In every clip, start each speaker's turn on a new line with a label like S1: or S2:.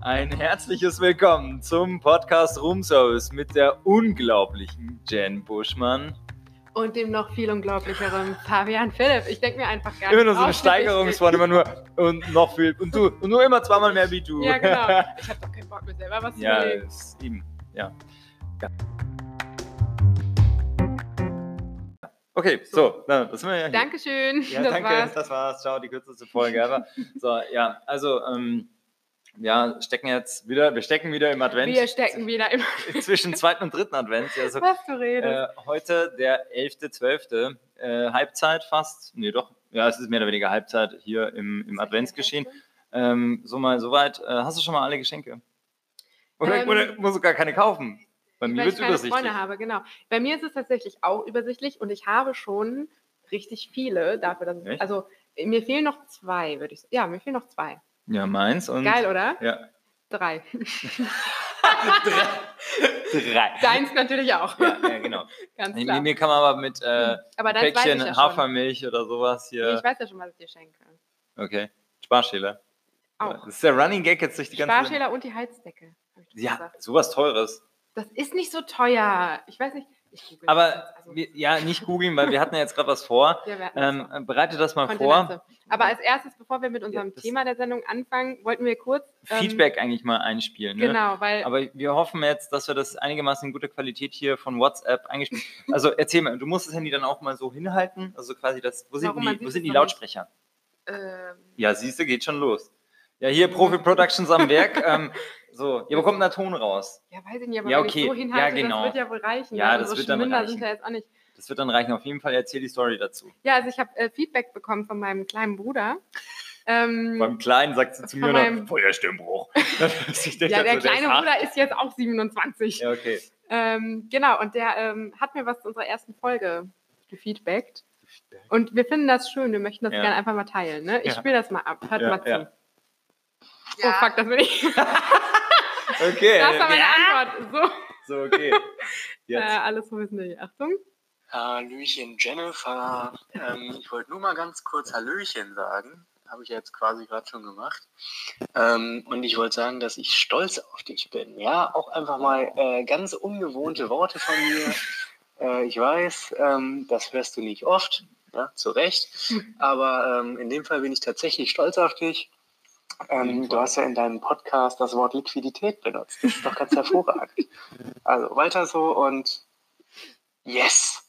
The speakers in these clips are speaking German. S1: Ein herzliches Willkommen zum Podcast Room Service mit der unglaublichen Jen Buschmann.
S2: Und dem noch viel unglaublicheren Fabian Philipp. Ich denke mir einfach gar
S1: Immer
S2: nicht
S1: nur so eine
S2: aus, wie wichtig-
S1: Steigerungswort, immer nur und noch viel und du und nur immer zweimal mehr wie du.
S2: Ja, genau. Ich habe doch keinen Bock mir selber was
S1: ja,
S2: zu überlegen.
S1: ist ihm. Ja. ja. Okay, so, na, das sind wir ja hier.
S2: Dankeschön.
S1: Ja,
S2: das
S1: danke,
S2: war's.
S1: das war's. Ciao, die kürzeste Folge ever. So, ja, also, ähm, ja, stecken jetzt wieder, wir stecken wieder im Advent.
S2: Wir stecken wieder im
S1: Zwischen zweiten und dritten Advent. Also,
S2: Was du redest.
S1: äh, heute der 11.12. Äh, Halbzeit fast. Nee, doch. Ja, es ist mehr oder weniger Halbzeit hier im, im Adventsgeschehen. Ähm, so mal, soweit. Äh, hast du schon mal alle Geschenke? Oder,
S2: Ähm,
S1: oder muss sogar keine kaufen? Bei mir
S2: Weil
S1: wird
S2: ich
S1: es
S2: keine
S1: übersichtlich.
S2: Freunde habe, genau. Bei mir ist es tatsächlich auch übersichtlich und ich habe schon richtig viele dafür, dass es,
S1: Echt?
S2: also mir fehlen noch zwei, würde ich sagen. Ja, mir fehlen noch zwei.
S1: Ja, meins und.
S2: Geil, oder?
S1: Ja.
S2: Drei.
S1: Drei.
S2: Deins natürlich auch.
S1: Ja, ja, genau.
S2: Ganz
S1: Nee,
S2: klar.
S1: Mir kann man aber mit äh,
S2: Aber deins weiß ich
S1: Päckchen
S2: ja schon.
S1: Hafermilch oder sowas
S2: Nee,
S1: hier.
S2: Ich weiß ja schon, was ich dir schenke.
S1: Okay. Sparschäler.
S2: Auch.
S1: Das ist der Running Gag jetzt durch die ganze
S2: Sparschäler und die Heizdecke. hab ich doch
S1: Ja,
S2: gesagt.
S1: sowas Teures.
S2: Das ist nicht so teuer. Ich weiß nicht. Ich google das
S1: Aber
S2: jetzt. Also,
S1: wir, ja, nicht googeln, weil wir hatten ja jetzt gerade was vor.
S2: ja, wir hatten das
S1: Ähm,
S2: doch.
S1: bereite das mal vor.
S2: Kontinente. Aber als erstes, bevor wir mit unserem
S1: das-
S2: Thema der Sendung anfangen, wollten wir kurz ähm,
S1: Feedback eigentlich mal einspielen. Ne?
S2: Genau, weil
S1: Aber wir hoffen jetzt, dass wir das einigermaßen in guter Qualität hier von WhatsApp eingespielt Also erzähl mal, du musst das Handy dann auch mal so hinhalten. Also quasi das, wo sind
S2: Warum? Man
S1: die,
S2: sieht
S1: wo
S2: es
S1: sind die
S2: doch nicht.
S1: Lautsprecher?
S2: ähm,
S1: Ja, siehst du, geht schon los. Ja, hier Profi Productions am Werk. ähm, so, ihr bekommt einen Ton raus.
S2: ja, weiß ich nicht, aber
S1: Ja,
S2: wenn
S1: okay.
S2: ich so hinhalte,
S1: Ja, genau.
S2: das wird ja wohl reichen. ne?
S1: Ja, das
S2: unsere
S1: wird dann
S2: Schminder
S1: reichen.
S2: sind ja jetzt auch nicht.
S1: Das wird dann reichen. Auf jeden Fall erzähl die Story dazu.
S2: Ja, also ich habe äh, Feedback bekommen von meinem kleinen Bruder. Ähm,
S1: Beim Kleinen sagt sie zu mir
S2: Von
S1: noch,
S2: meinem-
S1: Feuerstimmbruch. ich denk,
S2: ja,
S1: das
S2: der
S1: wird erst
S2: kleine
S1: acht.
S2: Bruder ist jetzt auch 27.
S1: Ja, okay.
S2: Ähm, genau, und der ähm, hat mir was zu unserer ersten Folge gefeedbackt. Und wir finden das schön, wir möchten das
S1: Ja.
S2: gerne einfach mal teilen. Ne? Ich
S1: Ja.
S2: spiele das mal ab, hört
S1: Ja,
S2: mal zu.
S1: ja.
S2: Oh fuck, das bin ich.
S1: Okay.
S2: Das war meine
S1: ja.
S2: Antwort. So,
S1: So, okay.
S2: äh,
S1: Jetzt.
S2: alles wissentlich. Achtung.
S3: Hallöchen, Jennifer. Ähm, ich wollte nur mal ganz kurz Hallöchen sagen. Habe ich ja jetzt quasi gerade schon gemacht. Ähm, und ich wollte sagen, dass ich stolz auf dich bin. Ja, auch einfach mal äh, ganz ungewohnte Worte von mir. Äh, ich weiß, ähm, das hörst du nicht oft, ja, zu Recht. Aber ähm, in dem Fall bin ich tatsächlich stolz auf dich. Ähm, du hast ja in deinem Podcast das Wort Liquidität benutzt. Das ist doch ganz hervorragend. Also weiter so und yes!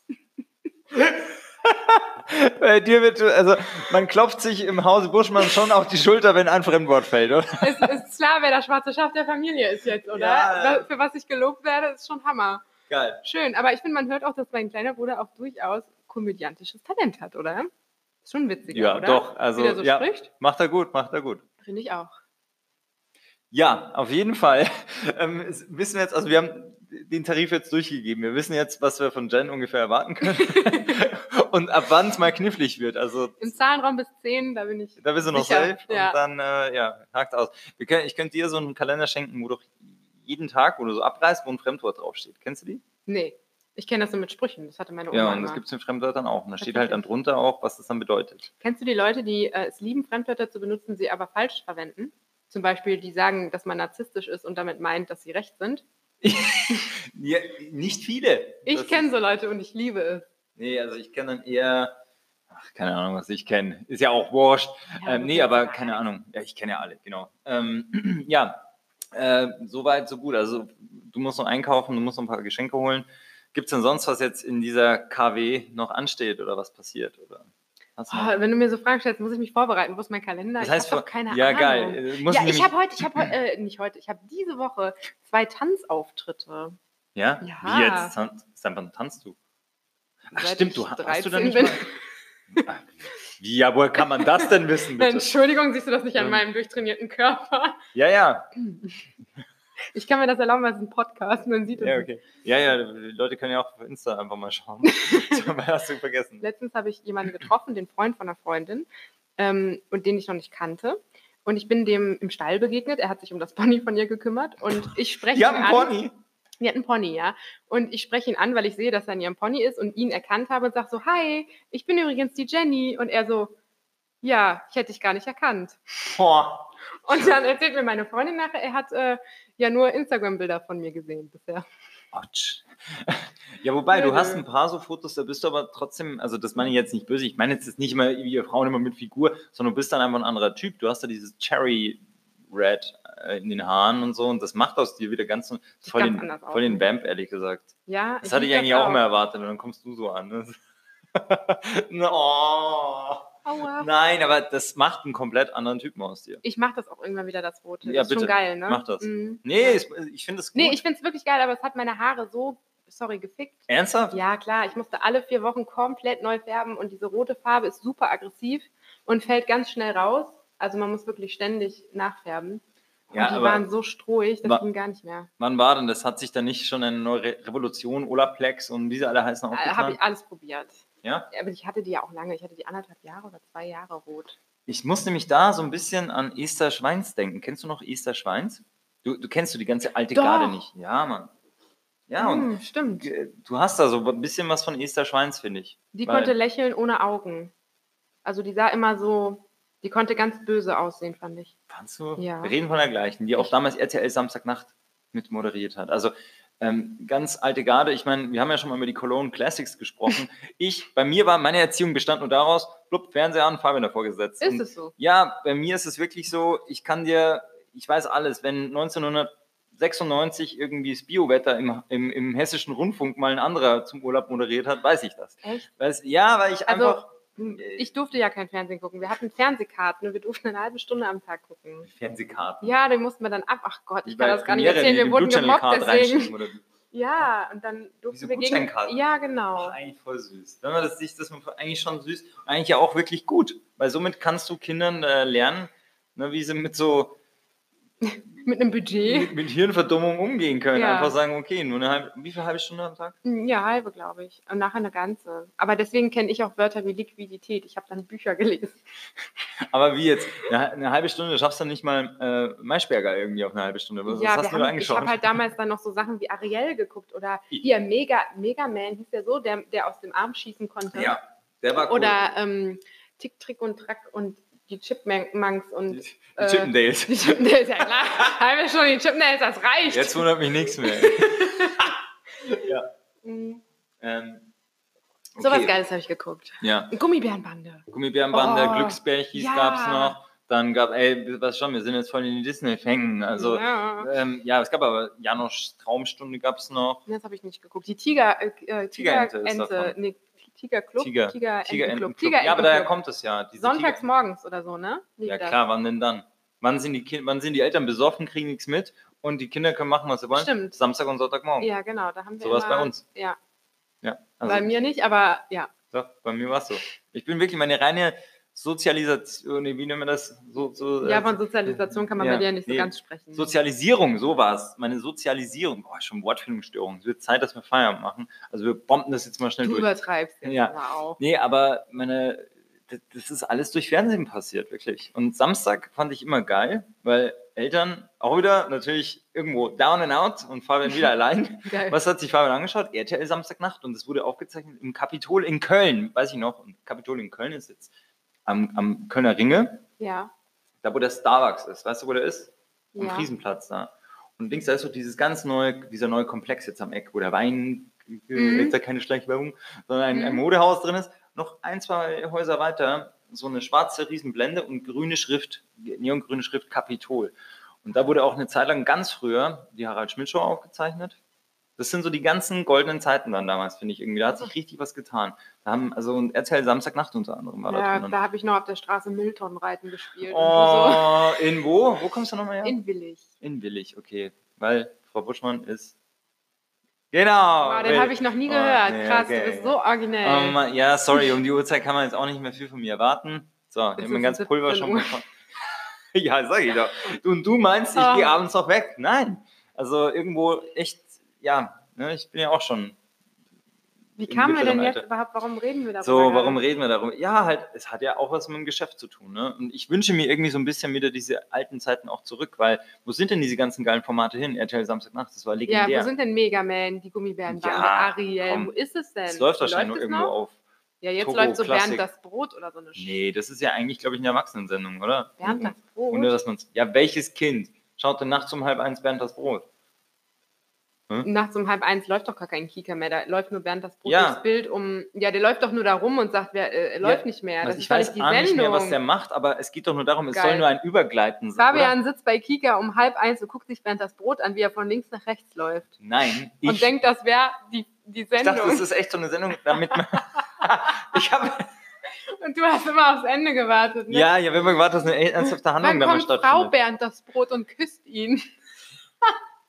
S1: Bei dir wird, also man klopft sich im Hause Buschmann schon auf die Schulter, wenn ein Fremdwort fällt, oder?
S2: Es ist klar, wer der schwarze Schaf der Familie ist jetzt, oder?
S1: Ja.
S2: Wa- Für was ich gelobt werde, ist schon Hammer.
S1: Geil.
S2: Schön, aber ich finde, man hört auch, dass mein kleiner Bruder auch durchaus komödiantisches Talent hat, oder? Ist schon witzig,
S1: Ja,
S2: oder?
S1: doch. Also,
S2: Wie der so
S1: ja,
S2: spricht,
S1: macht er gut, macht er gut.
S2: finde ich auch.
S1: Ja, auf jeden Fall. Ähm, es- wissen wir jetzt, also wir haben den Tarif jetzt durchgegeben. Wir wissen jetzt, was wir von Jen ungefähr erwarten können. und ab wann es mal knifflig wird. Also
S2: Im Zahlenraum bis 10, da bin ich.
S1: da bist du noch
S2: Sicher,
S1: safe.
S2: ja.
S1: Und dann, äh, ja, hakt aus. Wir können, ich könnte dir so einen Kalender schenken, wo doch jeden Tag, wo du so abreißt, wo ein Fremdwort draufsteht. Kennst du die?
S2: Nee, ich kenne das nur mit Sprüchen. Das hatte meine Oma.
S1: Ja, und das
S2: immer.
S1: gibt es in Fremdwörtern auch. Und da steht halt dann drunter auch, was das dann bedeutet.
S2: Kennst du die Leute, die äh, es lieben, Fremdwörter zu benutzen, sie aber falsch verwenden? Zum Beispiel, die sagen, dass man narzisstisch ist und damit meint, dass sie recht sind.
S1: Ja, nicht viele.
S2: Ich
S1: Das
S2: kenne
S1: ist-
S2: so Leute und ich liebe es.
S1: Nee, also ich kenne dann eher. Ach, keine Ahnung, was ich kenne. Ist ja auch wurscht.
S2: Ja,
S1: ähm, nee, aber keine Ahnung. Ja, ich kenne ja alle, genau. Ähm, ja, äh, soweit, so gut. Also du musst noch einkaufen, du musst noch ein paar Geschenke holen. Gibt es denn sonst was jetzt in dieser KW noch ansteht oder was passiert? Oder? Hast du noch-
S2: Oh, wenn du mir so Fragen stellst, muss ich mich vorbereiten. Wo ist mein Kalender?
S1: das
S2: ich
S1: heißt,
S2: hab
S1: vor-
S2: doch keine
S1: ja,
S2: Ahnung.
S1: geil. Äh, Muss
S2: ja,
S1: ich
S2: ich
S1: nämlich-
S2: habe heute, ich habe äh, nicht heute, ich habe diese Woche zwei Tanzauftritte.
S1: ja?
S2: Ja.
S1: Wie jetzt? Tan Seit wann tanzt du? Ach,
S2: Seit
S1: stimmt,
S2: ich
S1: du ha- hast du da
S2: 13
S1: nicht
S2: bin.
S1: mal... Ah, Wie, ja, woher kann man das denn wissen, bitte?
S2: Entschuldigung, siehst du das nicht an
S1: Ähm.
S2: meinem durchtrainierten Körper?
S1: Ja, ja.
S2: Ich kann mir das erlauben, weil es ein Podcast und man sieht es
S1: Ja,
S2: nicht.
S1: okay. ja, ja, die Leute können ja auch auf Insta einfach mal schauen. Aber hast du vergessen.
S2: Letztens habe ich jemanden getroffen, den Freund von einer Freundin, ähm, und den ich noch nicht kannte. Und ich bin dem im Stall begegnet. Er hat sich um das Pony von ihr gekümmert. Und ich spreche
S1: Die
S2: ihn
S1: haben einen
S2: an.
S1: Pony.
S2: Die hat einen Pony, ja. Und ich spreche ihn an, weil ich sehe, dass er an ihrem Pony ist und ihn erkannt habe und sage so, hi, ich bin übrigens die Jenny. Und er so, ja, ich hätte dich gar nicht erkannt.
S1: Boah.
S2: Und dann erzählt mir meine Freundin nachher, er hat äh, ja nur Instagram-Bilder von mir gesehen bisher.
S1: Autsch. Ja, wobei,
S2: Nö,
S1: du hast
S2: nö.
S1: ein paar so Fotos, da bist du aber trotzdem, also das meine ich jetzt nicht böse, ich meine jetzt nicht immer, wie ihr Frauen immer mit Figur, sondern du bist dann einfach ein anderer Typ. Du hast da dieses Cherry Red äh, in den Haaren und so und das macht aus dir wieder ganz, voll,
S2: ganz
S1: den,
S2: anders aus. ne?
S1: voll den Vamp, ehrlich gesagt.
S2: Ja,
S1: Das hatte
S2: lieb
S1: ich eigentlich auch immer erwartet und dann kommst du so an. ne? no.
S2: Aua.
S1: Nein, aber das macht einen komplett anderen Typen aus dir.
S2: Ich mache das auch irgendwann wieder, das Rote.
S1: Ja,
S2: ist schon
S1: bitte.
S2: geil, ne?
S1: Mach das.
S2: Mhm.
S1: Nee, es- ich finde es gut.
S2: Nee, ich finde es wirklich geil, aber es hat meine Haare so, sorry, gefickt.
S1: Ernsthaft?
S2: Ja, klar, ich musste alle vier Wochen komplett neu färben und diese rote Farbe ist super aggressiv und fällt ganz schnell raus. Also man muss wirklich ständig nachfärben.
S1: Ja,
S2: und die
S1: aber-
S2: waren so strohig, das
S1: Wa-
S2: ging gar nicht mehr.
S1: Wann war denn das? Hat sich da nicht schon eine neue Re Revolution, Olaplex und wie sie alle heißen
S2: Habe
S1: aufgetan?
S2: Äh, ich alles probiert.
S1: Ja?
S2: Aber ich hatte die ja auch lange. Ich hatte die anderthalb Jahre oder zwei Jahre rot.
S1: Ich muss nämlich da so ein bisschen an Esther Schweins denken. Kennst du noch Esther Schweins? Du, du kennst du die ganze alte
S2: Doch.
S1: Garde nicht. Ja, Mann. Ja, und
S2: Hm, stimmt.
S1: g- du hast da so ein bisschen was von Esther Schweins, finde ich.
S2: Die
S1: Weil-
S2: konnte lächeln ohne Augen. Also die sah immer so, die konnte ganz böse aussehen, fand ich.
S1: Fandst du?
S2: Ja.
S1: Wir reden von der gleichen, die auch
S2: Ich-
S1: damals RTL Samstagnacht mit moderiert hat. Also ähm, ganz alte Garde. Ich meine, wir haben ja schon mal über die Cologne Classics gesprochen. ich, bei mir war, meine Erziehung bestand nur daraus, blub, Fernseher an, Fabian davor gesetzt.
S2: Ist
S1: Und
S2: es so?
S1: Ja, bei mir ist es wirklich so, ich kann dir, ich weiß alles, wenn 1996 irgendwie das Biowetter im, im, im hessischen Rundfunk mal ein anderer zum Urlaub moderiert hat, weiß ich das.
S2: Echt?
S1: Weiß, ja, weil ich
S2: Also-
S1: einfach
S2: Ich durfte ja kein Fernsehen gucken. Wir hatten Fernsehkarten und wir durften eine halbe Stunde am Tag gucken.
S1: Fernsehkarten.
S2: Ja, den mussten wir dann ab. Ach Gott, ich kann das gar nicht
S1: Premiere,
S2: erzählen.
S1: die
S2: Wir wurden
S1: Blue Channel
S2: gemobbt,
S1: Card
S2: deswegen.
S1: reinschieben oder wie.
S2: Ja, und dann durften
S1: Diese
S2: wir gegen.
S1: Gutscheinkarten.
S2: Ja,
S1: Ach,
S2: genau.
S1: eigentlich voll süß. Wenn man das sieht, das ist man eigentlich schon süß und eigentlich ja auch wirklich gut, weil somit kannst du Kindern äh, lernen, ne, wie sie mit so
S2: Mit einem Budget.
S1: mit, mit Hirnverdummung umgehen können.
S2: Ja.
S1: Einfach sagen, okay, nur eine halbe, wie viel halbe Stunde am Tag?
S2: Ja, halbe, glaube ich. Und nachher eine ganze. Aber deswegen kenne ich auch Wörter wie Liquidität. Ich habe dann Bücher gelesen.
S1: Aber wie jetzt? Eine, eine halbe Stunde schaffst du nicht mal äh, Maischberger irgendwie auf eine halbe Stunde. Was
S2: ja,
S1: hast du da
S2: wir haben, ich
S1: angeschaut?
S2: habe halt damals dann noch so Sachen wie Ariel geguckt oder
S1: I-
S2: hier Mega, Mega Man hieß der so, der, der aus dem Arm schießen konnte.
S1: ja, der war cool.
S2: ne? Oder ähm, Tick, Trick und Track und die Chipmunks
S1: die,
S2: und
S1: die
S2: äh,
S1: Chippendales.
S2: die Chipmunks. Ja klar, haben wir schon die Chipmunks, das reicht.
S1: Jetzt wundert mich nichts mehr.
S2: Mhm.
S1: ähm,
S2: So was
S1: okay.
S2: Geiles habe ich geguckt.
S1: Ja,
S2: Gummibärenbande.
S1: Gummibärenbande,
S2: Oh,
S1: Glücksbärchis hieß
S2: ja.
S1: gab's noch. Dann gab, ey, was schon, wir sind jetzt voll in die Disney-Fängen. Also,
S2: ja.
S1: ähm, ja, es gab aber Janosch Traumstunde gab's noch.
S2: Das habe ich nicht geguckt. Die Tiger, äh, äh,
S1: Tigerente ist
S2: Tigerente,
S1: davon.
S2: nee, Tigerclub,
S1: Tiger-
S2: Tigerentenclub.
S1: Tigerentenclub.
S2: Tigerentenclub.
S1: Ja, aber daher kommt es ja. diese
S2: Sonntags
S1: Tiger-
S2: morgens oder so, ne? Lief
S1: Ja
S2: das.
S1: klar, wann denn dann? Wann sind die kind, wann sind die Eltern besoffen, kriegen nichts mit und die Kinder können machen, was sie wollen?
S2: Stimmt.
S1: Samstag und Sonntagmorgen.
S2: Ja, genau, da haben wir
S1: so war es
S2: immer-
S1: bei uns.
S2: Ja,
S1: Ja, also
S2: bei mir nicht, aber ja.
S1: doch, bei mir war es so. Ich bin wirklich meine reine Sozialisation, nee, wie nennen wir das? So, so,
S2: Ja,
S1: äh,
S2: von Sozialisation kann man
S1: Ja,
S2: bei dir nicht so
S1: nee.
S2: ganz sprechen.
S1: Sozialisierung, so war es. Meine Sozialisierung. Boah, schon Wortfindungsstörung. Es wird Zeit, dass wir Feierabend machen. Also wir bomben das jetzt mal schnell
S2: du
S1: durch.
S2: übertreibst jetzt
S1: Ja.
S2: aber auch.
S1: Nee, aber meine, das, das ist alles durch Fernsehen passiert, wirklich. Und Samstag fand ich immer geil, weil Eltern auch wieder natürlich irgendwo down and out und Fabian wieder allein.
S2: Geil.
S1: Was hat sich Fabian angeschaut? RTL Samstagnacht und es wurde aufgezeichnet im Kapitol in Köln, weiß ich noch. Und Kapitol in Köln ist jetzt am, am Kölner Ringe,
S2: Ja.
S1: da wo der Starbucks ist. Weißt du, wo der ist? am
S2: ja.
S1: Friesenplatz da. Und links, da ist so dieses ganz neue, dieser neue Komplex jetzt am Eck, wo der Wein,
S2: Mhm.
S1: jetzt da keine Schleichwerbung, sondern ein, ein
S2: Mhm.
S1: Modehaus drin ist. Noch ein, zwei Häuser weiter, so eine schwarze Riesenblende und grüne Schrift, neongrüne Schrift Kapitol. Und da wurde auch eine Zeit lang ganz früher die Harald Schmidt Show aufgezeichnet. Das sind so die ganzen goldenen Zeiten dann damals, finde ich irgendwie. Da hat sich richtig was getan. Da haben, also, und RTL Samstagnacht unter anderem war da
S2: Ja,
S1: drin.
S2: da habe ich noch auf der Straße Milton-Reiten gespielt. Und
S1: oh, in wo? Wo kommst du nochmal her?
S2: so. In Willig.
S1: In Willig, okay. Weil Frau Buschmann ist. Genau!
S2: Wow, Ah, den
S1: Willig.
S2: habe ich noch nie
S1: Oh,
S2: gehört.
S1: nee,
S2: Krass,
S1: okay,
S2: du bist
S1: ja.
S2: so originell.
S1: Oh Mann, ja, sorry, um die Uhrzeit kann man jetzt auch nicht mehr viel von mir erwarten. So, ich
S2: Es
S1: habe mein
S2: ist
S1: ganzes Pulver schon
S2: 17 Uhr.
S1: bekommen. ja, sag ich doch. Du, und du meinst, ich
S2: Ah.
S1: gehe abends noch weg? Nein. Also irgendwo echt, ja, ne, ich bin ja auch schon.
S2: Wie
S1: im
S2: kamen wir denn
S1: mittleren
S2: jetzt
S1: Alter.
S2: überhaupt? Warum reden wir darüber?
S1: So,
S2: gerade?
S1: warum reden wir darüber? Ja, halt, es hat ja auch was mit dem Geschäft zu tun. Ne? Und ich wünsche mir irgendwie so ein bisschen wieder diese alten Zeiten auch zurück, weil wo sind denn diese ganzen geilen Formate hin? RTL Samstagnacht, das war legendär.
S2: Ja, wo sind denn Megaman, die Gummibärenbande,
S1: Ja,
S2: Ariel?
S1: komm.
S2: Wo ist es denn?
S1: Es läuft wahrscheinlich nur
S2: es
S1: irgendwo
S2: noch?
S1: auf.
S2: Ja, jetzt
S1: Togo,
S2: läuft so
S1: Klassik.
S2: Bernd das Brot oder so eine Sch
S1: Nee, das ist ja eigentlich, glaube ich, eine Erwachsenensendung, oder? Mhm.
S2: Bernd das Brot?
S1: Ohne dass man Ja, welches Kind schaut denn nachts um halb eins Bernd das Brot?
S2: Nachts um halb eins läuft doch gar kein Kika mehr. Da läuft nur Bernd das Brot
S1: Ja.
S2: durchs Bild um. Ja, der läuft doch nur da rum und sagt, wer äh, er läuft
S1: Ja,
S2: nicht mehr. Das
S1: also ich
S2: ist doch
S1: weiß
S2: nicht die
S1: A nicht mehr,
S2: Sendung.
S1: was der macht, aber es geht doch nur darum, es
S2: Geil.
S1: soll nur ein Übergleiten sein. Oder?
S2: Fabian sitzt bei Kika um halb eins und guckt sich Bernd das Brot an, wie er von links nach rechts läuft.
S1: Nein,
S2: Und denkt, das wäre die, die
S1: ich dachte,
S2: Sendung.
S1: das ist echt so eine Sendung, damit man. ich habe.
S2: und du hast immer aufs Ende gewartet. Ne?
S1: Ja, ich habe immer gewartet, dass eine ernsthafte Handlung
S2: Wann
S1: damit
S2: kommt Frau
S1: stattfindet.
S2: Bernd das Brot und küsst ihn?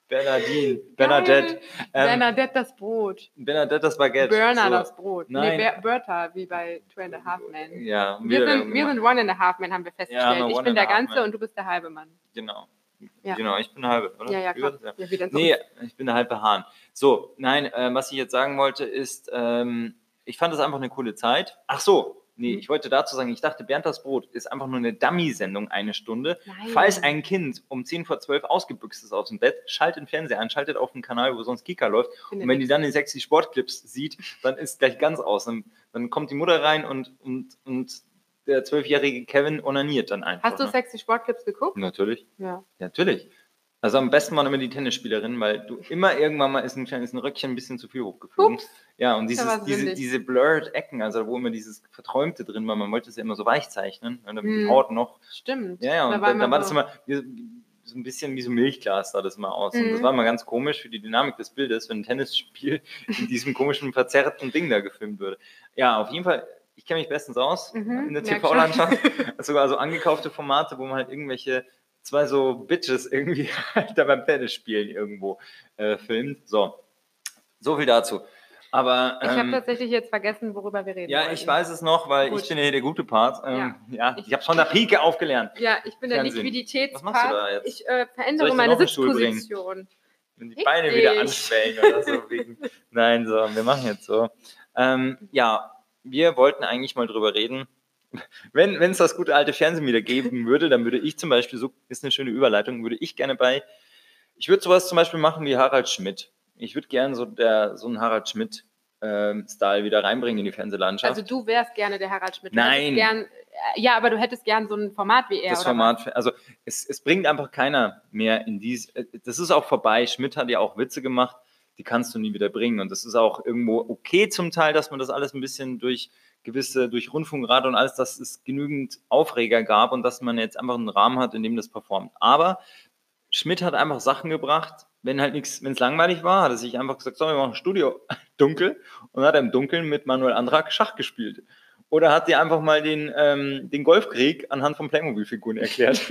S1: Bernadine, Bernadette. Ähm,
S2: Bernadette das Brot.
S1: Bernadette das Baguette.
S2: Berner
S1: So.
S2: das Brot.
S1: Nein.
S2: Nee, Ber Bertha, wie bei Two and a Half Men.
S1: Ja,
S2: Wir
S1: wieder-
S2: sind, wir sind One and a Half Men, haben wir festgestellt.
S1: Ja,
S2: ich
S1: one
S2: bin
S1: and
S2: der
S1: a half
S2: Ganze
S1: man.
S2: und du bist der halbe Mann.
S1: Genau.
S2: Ja.
S1: Genau, ich bin halbe, oder?
S2: Ja, ja,
S1: Wie
S2: klar.
S1: war das?
S2: Ja, wie denn sonst?
S1: Nee, ich bin der halbe Hahn. So, nein, äh, was ich jetzt sagen wollte, ist, ähm, ich fand das einfach eine coole Zeit. Ach so, nee, ich wollte dazu sagen, ich dachte, Bernd das Brot ist einfach nur eine Dummy-Sendung, eine Stunde.
S2: Nein.
S1: Falls ein Kind um 10 vor 12 ausgebüxt ist aus dem Bett, schaltet den Fernseher an, schaltet auf den Kanal, wo sonst Kika läuft. Und wenn die dann die sexy Sportclips sieht, dann ist gleich ganz aus. Dann, dann kommt die Mutter rein und, und, und der zwölfjährige Kevin onaniert dann einfach.
S2: Hast du
S1: ne? Mhm.
S2: sexy Sportclips geguckt?
S1: Natürlich.
S2: Ja.
S1: Natürlich. Also am besten waren immer die Tennisspielerinnen, weil du immer irgendwann mal ist ein kleines Röckchen ein bisschen zu viel hochgeflogen.
S2: Ups.
S1: Ja, und
S2: Da
S1: dieses,
S2: war's
S1: diese,
S2: windig.
S1: diese blurred Ecken, also wo immer dieses Verträumte drin war, man wollte es ja immer so weich zeichnen, ne, damit die
S2: Hm.
S1: Haut noch.
S2: Stimmt.
S1: Ja, ja, und
S2: Da
S1: dann
S2: war
S1: war,
S2: immer
S1: dann war das
S2: so-
S1: immer wie, so ein bisschen wie so Milchglas sah das mal aus. Und das
S2: Mhm.
S1: war mal ganz komisch für die Dynamik des Bildes, wenn ein Tennisspiel in diesem komischen verzerrten Ding da gefilmt würde. Ja, auf jeden Fall, ich kenne mich bestens aus
S2: Mhm,
S1: in der
S2: merk
S1: TV-Landschaft. Sogar so angekaufte Formate, wo man halt irgendwelche zwei so Bitches irgendwie halt da beim Tennis spielen irgendwo äh, filmt. So, so viel dazu. Aber
S2: Ich habe
S1: ähm,
S2: tatsächlich jetzt vergessen, worüber wir reden.
S1: ja, ich
S2: wollten.
S1: weiß es noch, weil
S2: Gut.
S1: ich bin ja hier der gute Part. Ähm, ja. ich
S2: Ich-
S1: habe schon der Pike aufgelernt.
S2: Ja, ich bin der
S1: Fernsehen.
S2: Liquiditätspart.
S1: Was machst du da jetzt?
S2: Ich äh,
S1: Soll
S2: verändere
S1: ich dir
S2: meine
S1: noch einen Stuhl bringen?
S2: Sitzposition.
S1: wenn die Beine wieder anschwellen oder so. Wegen, nein, so, wir machen jetzt so. Ähm, ja, wir wollten eigentlich mal drüber reden. Wenn wenn es das gute alte Fernsehen wieder geben würde, dann würde ich zum Beispiel, so ist eine schöne Überleitung, würde ich gerne bei, ich würde sowas zum Beispiel machen wie Harald Schmidt. Ich würde gerne so, der, so einen Harald Schmidt-Style wieder reinbringen in die Fernsehlandschaft.
S2: Also du wärst gerne der Harald Schmidt. Du
S1: Nein.
S2: hättest Gern, äh, ja, aber du hättest gern so ein Format wie er.
S1: das
S2: oder
S1: Format, für- also es, es bringt einfach keiner mehr in dies. äh, Das ist auch vorbei. Schmidt hat ja auch Witze gemacht, die kannst du nie wieder bringen. Und das ist auch irgendwo okay zum Teil, dass man das alles ein bisschen durch gewisse, durch Rundfunkrat und alles, dass es genügend Aufreger gab und dass man jetzt einfach einen Rahmen hat, in dem das performt. Aber Schmidt hat einfach Sachen gebracht, wenn halt nichts, wenn es langweilig war, hat er sich einfach gesagt, so, wir machen Studio dunkel und hat im Dunkeln mit Manuel Andrak Schach gespielt. Oder hat dir einfach mal den, ähm, den Golfkrieg anhand von Playmobil-Figuren erklärt.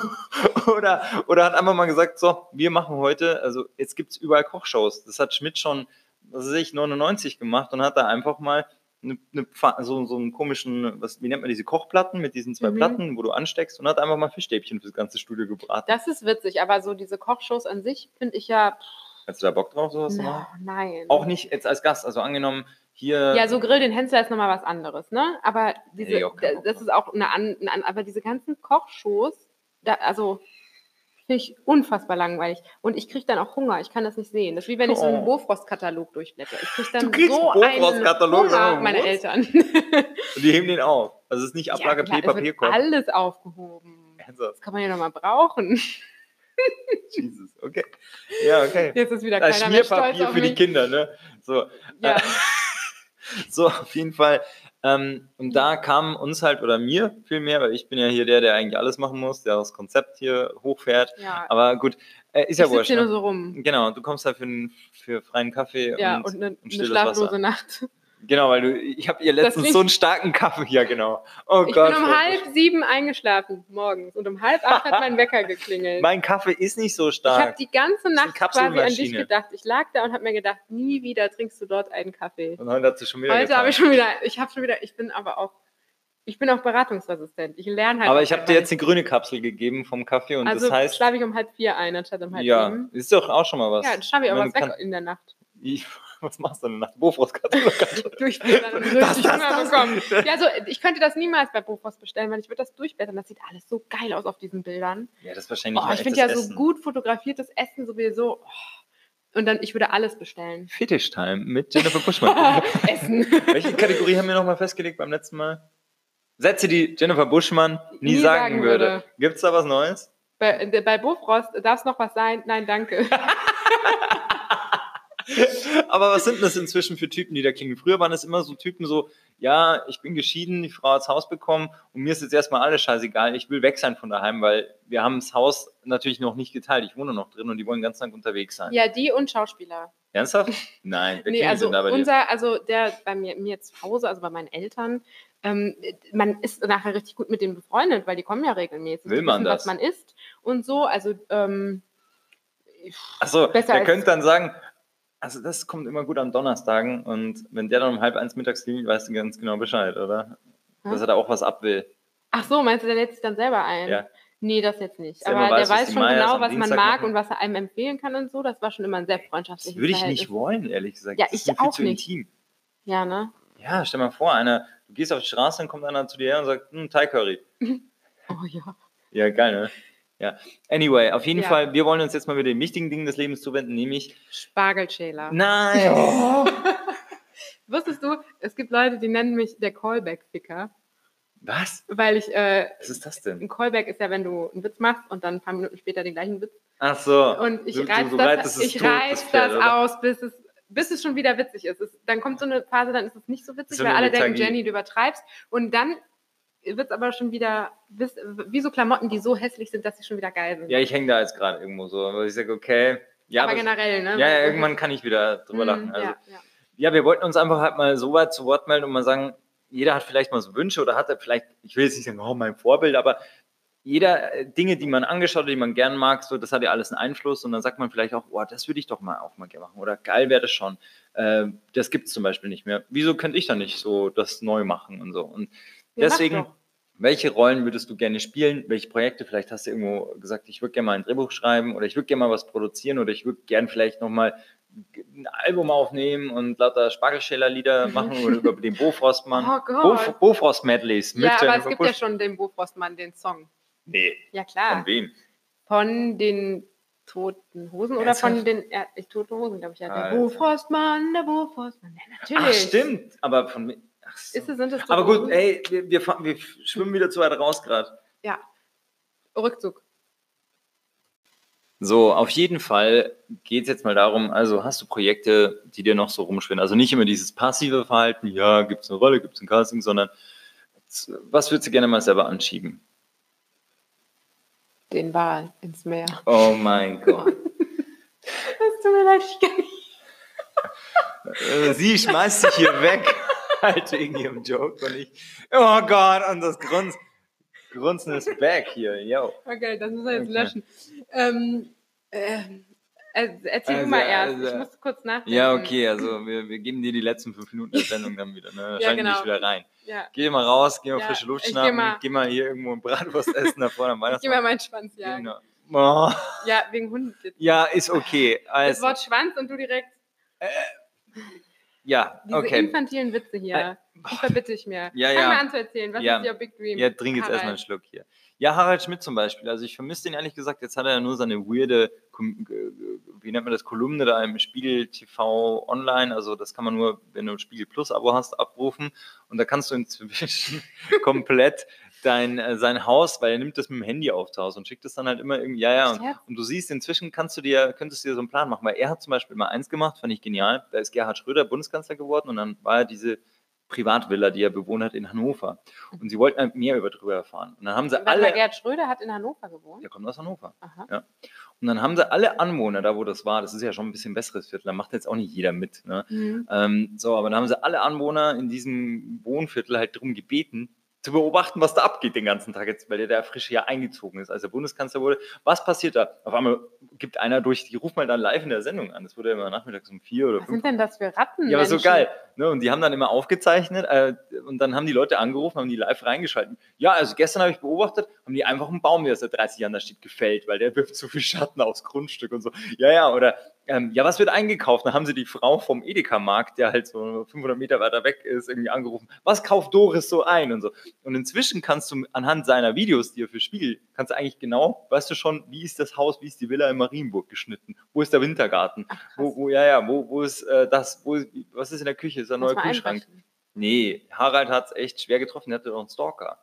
S1: oder, oder hat einfach mal gesagt, so, wir machen heute, also jetzt gibt es überall Kochshows. Das hat Schmidt schon, was weiß ich, 99 gemacht und hat da einfach mal eine, eine Pfa- so, so einen komischen, was, wie nennt man diese Kochplatten mit diesen zwei
S2: Mhm.
S1: Platten, wo du ansteckst und hat einfach mal Fischstäbchen fürs ganze Studio gebraten.
S2: Das ist witzig, aber so diese Kochshows an sich finde ich ja.
S1: Hast du da Bock drauf, sowas zu
S2: No,
S1: machen?
S2: nein.
S1: Auch nicht jetzt als Gast, also angenommen, hier.
S2: Ja, so Grill den Hensler ist nochmal was anderes, ne? Aber diese,
S1: Ey, auch kein Bock
S2: das ist auch eine, an, eine an, aber diese ganzen Kochshows, da, also finde ich unfassbar langweilig. Und ich kriege dann auch Hunger. Ich kann das nicht sehen. Das ist wie wenn ich so einen
S1: Oh.
S2: Bofrost-Katalog durchblätter. Ich kriege dann
S1: Du kriegst
S2: so
S1: einen
S2: einen
S1: Bofrost-Katalog,
S2: Hunger,
S1: aber
S2: meine
S1: was?
S2: Eltern.
S1: Und die heben den auf. Also es ist nicht Ablage
S2: klar,
S1: P,
S2: es wird
S1: Papierkorb.
S2: alles aufgehoben.
S1: Ernsthaft?
S2: Das kann man ja nochmal brauchen.
S1: Jesus, okay. Ja, okay.
S2: Jetzt ist wieder
S1: Das
S2: keiner mehr stolz
S1: Schmierpapier
S2: auf
S1: für die
S2: mich.
S1: Kinder, ne? So,
S2: Ja,
S1: so auf jeden Fall. Ähm, und da kam uns halt, oder mir vielmehr, weil ich bin ja hier der, der eigentlich alles machen muss, der das Konzept hier hochfährt.
S2: ja.
S1: Aber gut, äh, ist
S2: Ich
S1: ja
S2: sitze
S1: wurscht.
S2: hier nur
S1: Ne?
S2: so rum.
S1: Genau, du kommst da für, einen- für freien Kaffee
S2: Ja,
S1: und
S2: und eine, eine
S1: stilles
S2: schlaflose
S1: Wasser.
S2: Nacht.
S1: Genau, weil du, ich habe ihr
S2: Das
S1: letztens
S2: klingt-
S1: so einen starken Kaffee, ja genau. Oh
S2: ich
S1: Gott.
S2: bin um halb sieben eingeschlafen morgens und um halb acht hat mein Wecker geklingelt.
S1: Mein Kaffee ist nicht so
S2: ich habe
S1: stark.
S2: die ganze
S1: eine
S2: Nacht quasi an dich
S1: Kapselmaschine.
S2: gedacht. Ich lag da und habe mir gedacht, nie wieder trinkst du dort einen Kaffee.
S1: Und heute hat sie schon wieder
S2: Heute
S1: getan.
S2: habe ich schon wieder, ich habe schon wieder, ich bin aber auch, ich bin auch beratungsresistent. Ich lerne halt.
S1: Aber
S2: auch
S1: ich habe
S2: einfach
S1: dir jetzt
S2: nicht.
S1: eine grüne Kapsel gegeben vom Kaffee und
S2: Also
S1: das heißt,
S2: schlafe ich um halb vier ein, anstatt um halb
S1: ja,
S2: sieben.
S1: ist doch auch schon mal was.
S2: Ja, dann schlafe ich auch
S1: Wenn
S2: was
S1: du
S2: weg
S1: kann-
S2: in der Nacht.
S1: Ich- was machst du denn nach Bofrostkatalog?
S2: durchblättern
S1: Das,
S2: und richtig
S1: das,
S2: Hunger
S1: das.
S2: bekommen. Ja, so, ich könnte das niemals bei Bofors bestellen, weil ich würde das durchblättern. Das sieht alles so geil aus auf diesen Bildern.
S1: ja, das ist wahrscheinlich
S2: Oh,
S1: mal
S2: ich finde
S1: echtes
S2: ja so
S1: Essen.
S2: gut fotografiertes Essen sowieso. Oh, Und dann, ich würde alles bestellen.
S1: Fetisch-Time mit Jennifer Buschmann.
S2: Essen.
S1: Welche Kategorie haben wir nochmal festgelegt beim letzten Mal? Sätze, die Jennifer Buschmann nie, sagen, würde. Gibt es da was Neues?
S2: Bei, bei Bofrost darf es noch was sein? Nein, danke.
S1: Aber was sind das inzwischen für Typen, die da klingen? Früher waren es immer so Typen so, ja, ich bin geschieden, die Frau hat's Haus bekommen und mir ist jetzt erstmal alles scheißegal, ich will weg sein von daheim, weil wir haben das Haus natürlich noch nicht geteilt. Ich wohne noch drin und die wollen den ganzen Tag unterwegs sein.
S2: Ja, die und Schauspieler.
S1: Ernsthaft? Nein, wir
S2: Nee, also
S1: sind da bei dir.
S2: unser, also der bei mir, mir zu Hause, also bei meinen Eltern, ähm, man ist nachher richtig gut mit denen befreundet, weil die kommen ja regelmäßig.
S1: Will
S2: die
S1: man
S2: wissen,
S1: das?
S2: Was man isst und so, also ähm,
S1: Achso,
S2: Besser
S1: ihr
S2: als-
S1: könnt dann sagen, also das kommt immer gut am Donnerstagen und wenn der dann um halb eins mittags klingelt, weißt du ganz genau Bescheid, oder?
S2: Ja.
S1: Dass er da auch was ab will.
S2: ach so, meinst du, der lädt sich dann selber ein?
S1: Ja.
S2: Nee, das jetzt nicht.
S1: Selber
S2: Aber
S1: weiß,
S2: der
S1: was
S2: weiß
S1: die
S2: schon
S1: Mayas
S2: genau,
S1: am
S2: was man
S1: Dienstag
S2: mag
S1: machen.
S2: und was er einem empfehlen kann und so. Das war schon immer ein sehr
S1: Das
S2: freundschaftliches
S1: würde ich
S2: Verhältnis.
S1: nicht wollen, ehrlich gesagt.
S2: Ja,
S1: das
S2: ich
S1: ist mir viel
S2: auch
S1: zu
S2: nicht.
S1: intim.
S2: Ja, ne?
S1: Ja, stell mal vor, einer, du gehst auf die Straße und kommt einer zu dir her und sagt, hm, Thai Curry.
S2: Oh ja.
S1: Ja, geil, ne? Ja. Anyway, auf jeden
S2: Ja.
S1: Fall, wir wollen uns jetzt mal wieder den wichtigen Dingen des Lebens zuwenden, nämlich.
S2: Spargelschäler.
S1: Nein! Oh.
S2: Wusstest du, es gibt Leute, die nennen mich der Callback-Ficker,
S1: Was?
S2: weil ich, äh,
S1: Was ist das denn?
S2: ein Callback ist ja, wenn du einen Witz machst und dann ein paar Minuten später den gleichen Witz.
S1: Ach so.
S2: Und ich
S1: Du- du-
S2: reiz
S1: du
S2: das,
S1: reitest es
S2: ich
S1: tot, das
S2: reiz
S1: Pferd,
S2: das
S1: oder?
S2: aus, bis es, bis es schon wieder witzig ist. Es, dann kommt so eine Phase, dann ist es nicht so witzig,
S1: So
S2: weil
S1: eine
S2: alle denken,
S1: Lethargie.
S2: Jenny, du übertreibst. Und dann wird es aber schon wieder, bis- wie so Klamotten, die so hässlich sind, dass sie schon wieder geil sind.
S1: Ja, ich hänge da jetzt gerade irgendwo so, weil ich sage, okay. Ja,
S2: aber
S1: das-
S2: generell, ne?
S1: ja, ja, irgendwann kann ich wieder drüber lachen.
S2: Mm,
S1: Also, ja.
S2: ja, ja.
S1: wir wollten uns einfach halt mal so weit zu Wort melden und mal sagen, jeder hat vielleicht mal so Wünsche oder hat er vielleicht, ich will jetzt nicht sagen, oh, mein Vorbild, aber jeder äh, Dinge, die man angeschaut hat, die man gern mag, so, das hat ja alles einen Einfluss und dann sagt man vielleicht auch, oh, das würde ich doch mal auch mal gerne machen oder geil wäre das schon. Äh, das gibt es zum Beispiel nicht mehr. Wieso könnte ich da nicht so das neu machen und so? Und
S2: Ja, mach
S1: Deswegen,
S2: doch.
S1: welche Rollen würdest du gerne spielen? Welche Projekte? Vielleicht hast du irgendwo gesagt, ich würde gerne mal ein Drehbuch schreiben oder ich würde gerne mal was produzieren oder ich würde gerne vielleicht nochmal ein Album aufnehmen und lauter Spargelschäler-Lieder machen oder über den Bofrost machen.
S2: Oh Gott.
S1: Bof Bofrost-Medleys mit
S2: Ja, aber es
S1: Jennifer
S2: gibt ja
S1: Bush.
S2: schon den Bofrostmann, den Song.
S1: Nee,
S2: Ja,
S1: von
S2: klar.
S1: wem?
S2: Von den toten Hosen oder
S1: Ernsthaft?
S2: von den ja, ich, toten Hosen, glaube ich. Ja. Der
S1: Alter.
S2: Bofrostmann, der Bofrostmann. Ja, natürlich.
S1: Ach, stimmt. Aber von wem? Ach so.
S2: Ist es, sind es
S1: aber
S2: Tote
S1: gut,
S2: Hosen?
S1: ey, wir, wir, fa- wir schwimmen wieder zu weit raus gerade.
S2: Ja. Rückzug.
S1: So, auf jeden Fall geht es jetzt mal darum, also hast du Projekte, die dir noch so rumschwirren? Also nicht immer dieses passive Verhalten, ja, gibt es eine Rolle, gibt es ein Casting, sondern z- was würdest du gerne mal selber anschieben?
S2: Den Wal ins Meer.
S1: Oh mein Gott.
S2: Das tut mir leid, ich kann nicht.
S1: Äh, Sie schmeißt sich hier weg, halt wegen ihrem Joke und ich, oh Gott, und das Grunz, Grunzen ist back hier, yo.
S2: Okay, Oh, das müssen wir jetzt
S1: Okay.
S2: löschen. Ähm, ähm, also erzähl
S1: Also,
S2: du mal erst.
S1: also-
S2: ich muss kurz nachdenken.
S1: Ja, okay, also wir, wir geben dir die letzten fünf Minuten der Sendung dann wieder, ne? Schalten
S2: genau.
S1: dich wieder rein.
S2: Ja.
S1: Geh mal raus, geh mal
S2: Ja,
S1: frische Luft
S2: ich geh
S1: schnappen, geh mal,
S2: mal-
S1: hier irgendwo ein Bratwurst essen da vorne am
S2: Ich geh mal
S1: Weihnachtsmarkt.
S2: meinen Schwanz jagen.
S1: Genau. Oh,
S2: Ja, wegen Hunden. jetzt.
S1: ja, ist okay.
S2: Das
S1: Also,
S2: Wort Schwanz und du direkt
S1: ja,
S2: diese
S1: okay.
S2: infantilen Witze hier. Die verbitte ich mir.
S1: Ja,
S2: Fang
S1: ja.
S2: mal an zu erzählen. Was
S1: Ja.
S2: ist your big dream?
S1: Ja, trink jetzt erstmal einen
S2: Harald?
S1: Schluck hier. Ja, Harald Schmidt zum Beispiel. Also ich vermisse den ehrlich gesagt. Jetzt hat er ja nur seine weirde, Kom- äh, wie nennt man das, Kolumne da im Spiegel TV online. Also das kann man nur, wenn du ein Spiegel Plus Abo hast, abrufen. Und da kannst du inzwischen komplett dein, äh, sein Haus, weil er nimmt das mit dem Handy auf zu Hause und schickt es dann halt immer irgendwie, ja, ja. Und
S2: Scherz?
S1: Und du siehst, inzwischen kannst du dir, könntest du dir so einen Plan machen, weil er hat zum Beispiel mal eins gemacht, fand ich genial. Da ist Gerhard Schröder Bundeskanzler geworden und dann war er diese Privatvilla, die er bewohnt hat in Hannover. Und sie wollten halt mehr über drüber erfahren. Und dann haben sie
S2: Warte mal,
S1: also alle.
S2: Gerhard Schröder hat in Hannover gewohnt.
S1: Der kommt aus Hannover.
S2: Aha.
S1: Und dann haben sie alle Anwohner, da wo das war, das ist ja schon ein bisschen besseres Viertel, da macht jetzt auch nicht jeder mit. Ne?
S2: Mhm.
S1: Ähm, so, aber dann haben sie alle Anwohner in diesem Wohnviertel halt darum gebeten, zu beobachten, was da abgeht den ganzen Tag jetzt, weil der da frisch hier eingezogen ist, als er Bundeskanzler wurde. Was passiert da? Auf einmal gibt einer durch, die ruft mal dann live in der Sendung an. Das wurde ja immer nachmittags um vier oder
S2: Was
S1: fünf.
S2: sind denn das für Ratten?
S1: Ja, aber so
S2: Menschen?
S1: geil. Ne? Und die haben dann immer aufgezeichnet äh, und dann haben die Leute angerufen, haben die live reingeschalten. Ja, also gestern habe ich beobachtet, haben die einfach einen Baum, der seit 30 Jahren da steht, gefällt, weil der wirft zu viel Schatten aufs Grundstück und so. Ja, ja, oder Ähm, ja, was wird eingekauft? Dann haben sie die Frau vom Edeka-Markt, der halt so 500 Meter weiter weg ist, irgendwie angerufen. Was kauft Doris so ein und so? Und inzwischen kannst du anhand seiner Videos, die er für Spiegel, kannst du eigentlich genau, weißt du schon, wie ist das Haus, wie ist die Villa in Marienburg geschnitten? Wo ist der Wintergarten? wo, wo, ja, ja, wo, wo ist äh, das? Wo, was ist in der Küche? Ist da ein neuer
S2: Lass mal
S1: Kühlschrank?
S2: einbrechen.
S1: Nee, Harald hat es echt schwer getroffen. Der hatte doch einen Stalker.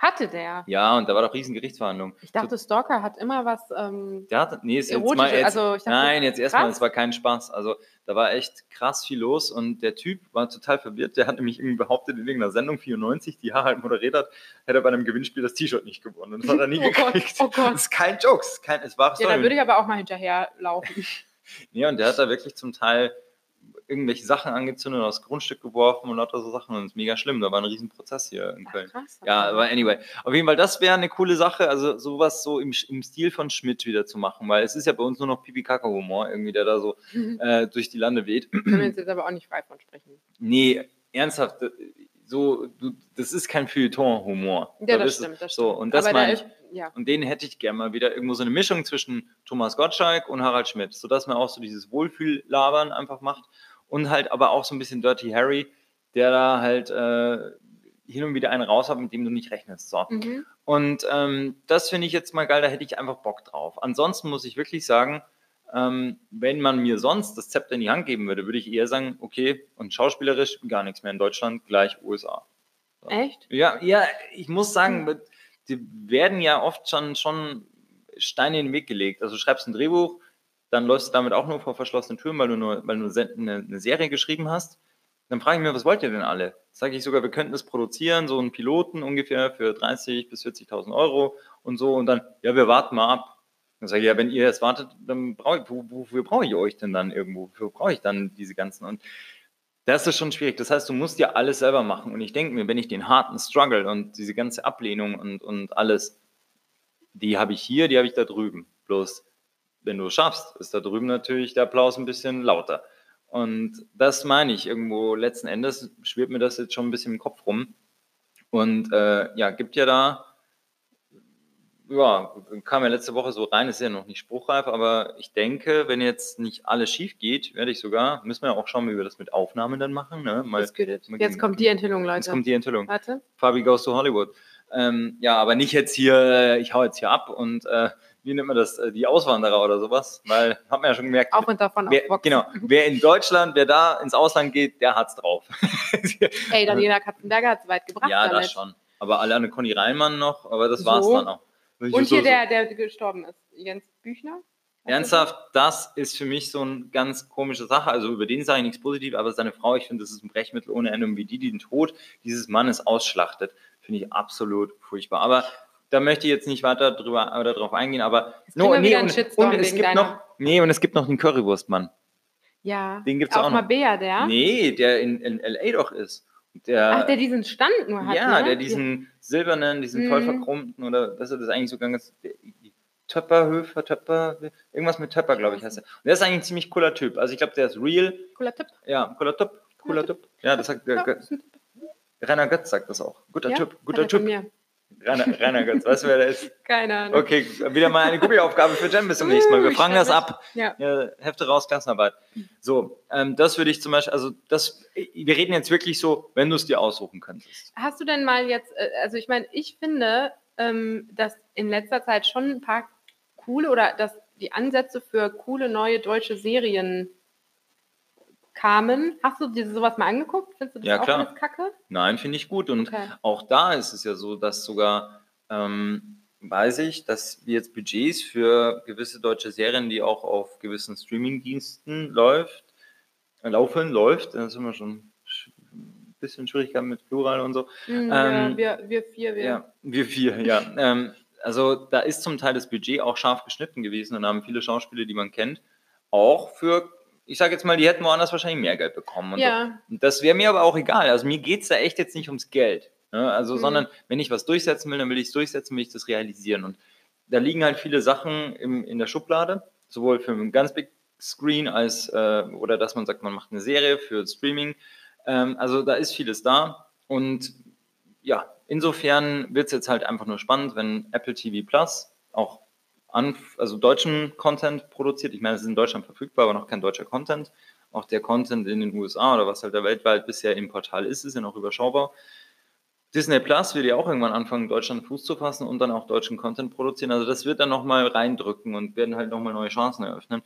S2: Hatte der.
S1: Ja, und da war doch riesen Gerichtsverhandlung.
S2: Ich dachte, Stalker hat immer was. Ähm,
S1: Der hat, nee, ist jetzt
S2: Erotische-
S1: mal, jetzt,
S2: also ich dachte,
S1: nein, jetzt erstmal,
S2: krass.
S1: es war kein Spaß. Also da war echt krass viel los und der Typ war total verwirrt. Der hat nämlich irgendwie behauptet, in irgendeiner Sendung 94, die Harald moderiert hat, hätte er bei einem Gewinnspiel das T-Shirt nicht gewonnen. Und das hat er nie
S2: oh Gott,
S1: gekriegt.
S2: oh
S1: Das
S2: Gott.
S1: ist kein Jokes, kein, es war
S2: Ja, da würde
S1: sorry.
S2: ich aber auch mal hinterherlaufen.
S1: Nee, und der hat da wirklich zum Teil irgendwelche Sachen angezündet und aufs Grundstück geworfen und lauter so Sachen und das ist mega schlimm. Da war ein riesen Prozess hier in
S2: Ach,
S1: Köln.
S2: krass.
S1: Ja, aber anyway. Auf jeden Fall, das wäre eine coole Sache, also sowas so im, im Stil von Schmidt wieder zu machen, weil es ist ja bei uns nur noch pipi kaka humor irgendwie, der da so
S2: Können
S1: äh, durch die Lande weht.
S2: wir uns jetzt aber auch nicht frei von sprechen.
S1: Nee, ernsthaft, äh, so, du, das ist kein Feuilleton-Humor.
S2: Ja,
S1: Da
S2: das
S1: bist du-
S2: stimmt, das
S1: So,
S2: stimmt.
S1: und das
S2: aber da
S1: meine ich.
S2: ist, ja.
S1: Und den hätte ich gerne mal wieder irgendwo so eine Mischung zwischen Thomas Gottschalk und Harald Schmidt, sodass man auch so dieses Wohlfühllabern einfach macht und halt aber auch so ein bisschen Dirty Harry, der da halt äh, hin und wieder einen raus hat, mit dem du nicht rechnest. So.
S2: Mhm.
S1: Und ähm, das finde ich jetzt mal geil, da hätte ich einfach Bock drauf. Ansonsten muss ich wirklich sagen, ähm, wenn man mir sonst das Zepter in die Hand geben würde, würde ich eher sagen, okay, und schauspielerisch gar nichts mehr in Deutschland, gleich USA.
S2: Echt?
S1: Ja, ja, ich muss sagen, mit- die werden ja oft schon, schon Steine in den Weg gelegt. Also du schreibst ein Drehbuch, dann läufst du damit auch nur vor verschlossenen Türen, weil du nur, weil du nur se- eine, eine Serie geschrieben hast. Dann frage ich mir, was wollt ihr denn alle? Sage ich sogar, wir könnten das produzieren, so einen Piloten ungefähr für 30 bis 40.000 Euro und so. Und dann, ja, wir warten mal ab. Dann sage ich, ja, wenn ihr jetzt wartet, dann brauche ich, wo- wofür brauche ich euch denn dann irgendwo? Wofür brauche ich dann diese ganzen? Und das ist schon schwierig. Das heißt, du musst ja alles selber machen. Und ich denke mir, wenn ich den harten Struggle und diese ganze Ablehnung und, und alles, die habe ich hier, die habe ich da drüben. Bloß, wenn du es schaffst, ist da drüben natürlich der Applaus ein bisschen lauter. Und das meine ich irgendwo. Letzten Endes schwirrt mir das jetzt schon ein bisschen im Kopf rum. Und äh, ja, gibt ja da, ja, kam ja letzte Woche so rein, ist ja noch nicht spruchreif, aber ich denke, wenn jetzt nicht alles schief geht, werde ich sogar, müssen wir auch schauen, wie wir das mit Aufnahmen dann machen. Ne? Mal,
S2: Das geht jetzt.
S1: mal
S2: jetzt
S1: gehen.
S2: kommt die Enthüllung, Leute.
S1: jetzt kommt die Enthüllung.
S2: Warte.
S1: Fabi goes to Hollywood. Ähm, ja, aber nicht jetzt hier, äh, ich hau jetzt hier ab und äh, wie nennt man das, äh, die Auswanderer oder sowas, weil hat man ja schon gemerkt,
S2: Auf und davon
S1: wer,
S2: auf Box.
S1: genau, wer in Deutschland, wer da ins Ausland geht, der hat's drauf.
S2: Ey, Daniela Katzenberger hat es weit
S1: Also
S2: gebracht.
S1: ja,
S2: damit.
S1: das schon. Aber alle an Conny Reinmann noch, aber das war's
S2: So.
S1: dann auch.
S2: Und hier der, der gestorben ist. Jens Büchner?
S1: Ernsthaft, das ist für mich so eine ganz komische Sache. Also über den sage ich nichts Positives, aber seine Frau, ich finde, das ist ein Brechmittel ohne Ende. Und wie die den Tod dieses Mannes ausschlachtet, finde ich absolut furchtbar. Aber da möchte ich jetzt nicht weiter drüber, äh, darauf eingehen. Aber
S2: kriegen wir wieder einen
S1: und,
S2: Shitstorm
S1: und es
S2: wegen
S1: gibt
S2: deiner-
S1: noch, nee, und es gibt noch den Currywurstmann.
S2: Ja.
S1: Den gibt's
S2: Auf
S1: auch noch.
S2: Mabea, der?
S1: Nee, der in, in LA doch ist. Und Der,
S2: Ach, der diesen Stand nur hat.
S1: ja,
S2: ne?
S1: der diesen silbernen, diesen
S2: Mhm.
S1: voll verkrummten oder das ist eigentlich sogar ganz. Töpperhöfer, Töpper, irgendwas mit Töpper, glaube ich, heißt er. Und der ist eigentlich ein ziemlich cooler Typ. Also ich glaube, der ist real.
S2: Ja, Cooler Tipp.
S1: Ja, cooler Typ, cooler Typ. Ja, das sagt der,
S2: Ja,
S1: Gö-
S2: ist ein Tipp.
S1: Rainer Götz sagt das auch. Guter
S2: Ja,
S1: Typ,
S2: Hat
S1: guter
S2: er von
S1: Typ.
S2: mir.
S1: Rainer, Rainer Götz, weißt du, wer der ist?
S2: Keine Ahnung.
S1: Okay, wieder mal eine Gummiaufgabe für Jen bis zum nächsten Mal. Wir
S2: Uh,
S1: fragen das
S2: ständig.
S1: ab.
S2: Ja.
S1: Ja, Hefte raus, Klassenarbeit. So, ähm, das würde ich zum Beispiel, also das, wir reden jetzt wirklich so, wenn du es dir aussuchen könntest.
S2: Hast du denn mal jetzt, äh, also ich meine, ich finde, ähm, dass in letzter Zeit schon ein paar coole oder dass die Ansätze für coole neue deutsche Serien kamen. Hast du dir sowas mal angeguckt? Findest du das
S1: Ja,
S2: auch
S1: klar.
S2: alles kacke?
S1: Nein, finde ich gut. Und
S2: Okay.
S1: auch da ist es ja so, dass sogar, ähm, weiß ich, dass wir jetzt Budgets für gewisse deutsche Serien, die auch auf gewissen Streamingdiensten läuft, äh, laufen, läuft, da ist immer schon sch- ein bisschen Schwierigkeiten mit Plural und so,
S2: Hm,
S1: Ähm,
S2: wir, wir, wir vier, wir.
S1: Ja, wir vier, ja. ähm, also da ist zum Teil das Budget auch scharf geschnitten gewesen und haben viele Schauspieler, die man kennt, auch für, ich sage jetzt mal, die hätten woanders wahrscheinlich mehr Geld bekommen. Und
S2: ja.
S1: so. Und das wäre mir aber auch egal. Also mir geht es da echt jetzt nicht ums Geld. Ne? Also,
S2: Mhm.
S1: sondern wenn ich was durchsetzen will, dann will ich es durchsetzen, will ich das realisieren. Und da liegen halt viele Sachen im, in der Schublade, sowohl für einen ganz Big Screen als äh, oder dass man sagt, man macht eine Serie für Streaming. Ähm, also da ist vieles da. Und ja, insofern wird es jetzt halt einfach nur spannend, wenn Apple TV Plus auch an, also deutschen Content produziert. Ich meine, es ist in Deutschland verfügbar, aber noch kein deutscher Content. Auch der Content in den USA oder was halt da weltweit bisher im Portal ist, ist ja noch überschaubar. Disney Plus will ja auch irgendwann anfangen, in Deutschland Fuß zu fassen und dann auch deutschen Content produzieren. Also das wird dann nochmal reindrücken und werden halt nochmal neue Chancen eröffnen.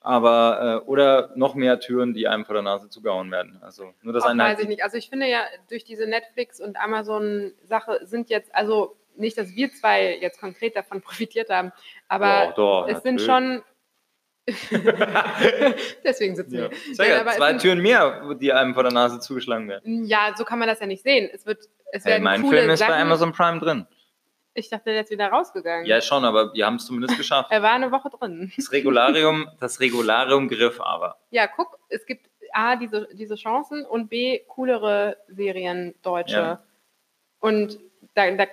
S1: Aber, äh, oder noch mehr Türen, die einem vor der Nase zugehauen werden. Also nur das
S2: Auch
S1: eine.
S2: weiß ich nicht. Also ich finde ja, durch diese Netflix und Amazon-Sache sind jetzt, also nicht, dass wir zwei jetzt konkret davon profitiert haben, aber
S1: doch,
S2: es sind
S1: natürlich.
S2: schon. Deswegen sitzen
S1: Ja.
S2: wir.
S1: Sag ja,
S2: aber es
S1: zwei
S2: sind-
S1: Türen mehr, die einem vor der Nase zugeschlagen werden.
S2: Ja, so kann man das ja nicht sehen. Es wird, es
S1: Hey,
S2: werden
S1: mein
S2: coole
S1: Film ist
S2: Sachen.
S1: bei Amazon Prime drin.
S2: Ich dachte, der ist wieder rausgegangen.
S1: Ja, schon, aber wir haben es zumindest geschafft.
S2: Er war eine Woche drin.
S1: Das Regularium, das Regularium griff aber.
S2: Ja, guck, es gibt A, diese, diese Chancen und B, coolere Serien, deutsche.
S1: Ja.
S2: Und da, da,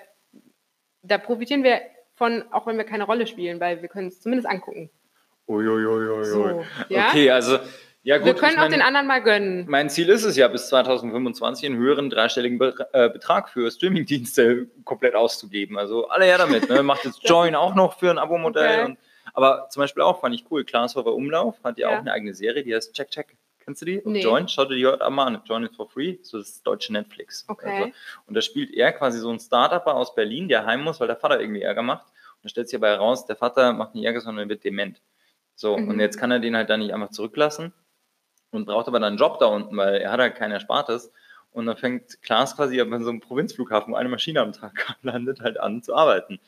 S2: da profitieren wir von, auch wenn wir keine Rolle spielen, weil wir können es zumindest angucken.
S1: Uiuiuiui.
S2: So, ja?
S1: Okay, also, ja gut.
S2: wir können
S1: ich
S2: auch den anderen mal gönnen.
S1: mein Ziel ist es ja, bis 2025 einen höheren dreistelligen Be äh, Betrag für Streamingdienste komplett auszugeben. Also alle her damit. Ne? Macht jetzt Join auch noch für ein Abo-Modell.
S2: Okay.
S1: und- Aber zum Beispiel auch fand ich cool, Klaas Hofer Umlauf hat ja,
S2: Ja.
S1: auch eine eigene Serie, die heißt Check Check. Kennst du die?
S2: Nee.
S1: Join, schau dir die heute einmal an. Join is for free, so das ist deutsche Netflix. Also,
S2: Okay.
S1: und da spielt er quasi so einen Startupper aus Berlin, der heim muss, weil der Vater irgendwie Ärger macht. Und da stellt sich dabei raus, der Vater macht nicht Ärger, sondern wird dement. So,
S2: Mhm.
S1: und jetzt kann er den halt dann nicht einfach zurücklassen und braucht aber dann einen Job da unten, weil er hat halt kein Erspartes. Und dann fängt Klaas quasi an so einem Provinzflughafen, wo eine Maschine am Tag landet, halt an zu arbeiten.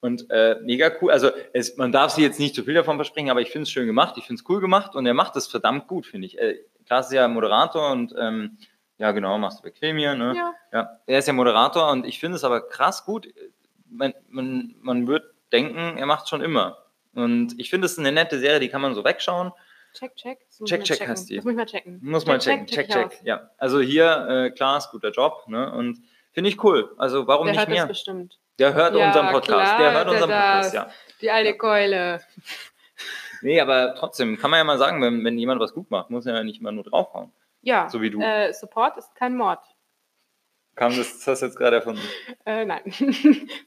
S1: Und äh, mega cool, also es, man darf sie jetzt nicht zu viel davon versprechen, aber ich finde es schön gemacht, ich finde es cool gemacht und er macht es verdammt gut, finde ich. Äh, Klaas ist ja Moderator und ähm, ja genau, machst du bequem hier, ne?
S2: Ja.
S1: Ja, er ist ja Moderator und ich finde es aber krass gut. Man, man, man wird denken, er macht schon immer. Und ich finde es eine nette Serie, die kann man so wegschauen.
S2: Check, check. Das muss
S1: Check,
S2: ich mal
S1: check
S2: checken.
S1: heißt die.
S2: Das muss ich mal checken.
S1: Muss man checken. Check, check.
S2: ich aus.
S1: Ja, also hier, äh, klar, ist guter Job. Ne? Und finde ich cool. Also warum
S2: Der
S1: nicht
S2: hört das
S1: mehr?
S2: bestimmt.
S1: Der hört
S2: Ja,
S1: unseren Podcast.
S2: klar
S1: der hört
S2: hört er
S1: unseren
S2: das.
S1: Podcast, ja.
S2: Die alte
S1: Ja.
S2: Keule.
S1: Nee, aber trotzdem kann man ja mal sagen, wenn, wenn jemand was gut macht, muss er ja nicht immer nur draufhauen.
S2: Ja.
S1: So wie du.
S2: Äh, Support ist kein Mord.
S1: Kam das, das hast du jetzt gerade erfunden.
S2: Äh, nein, das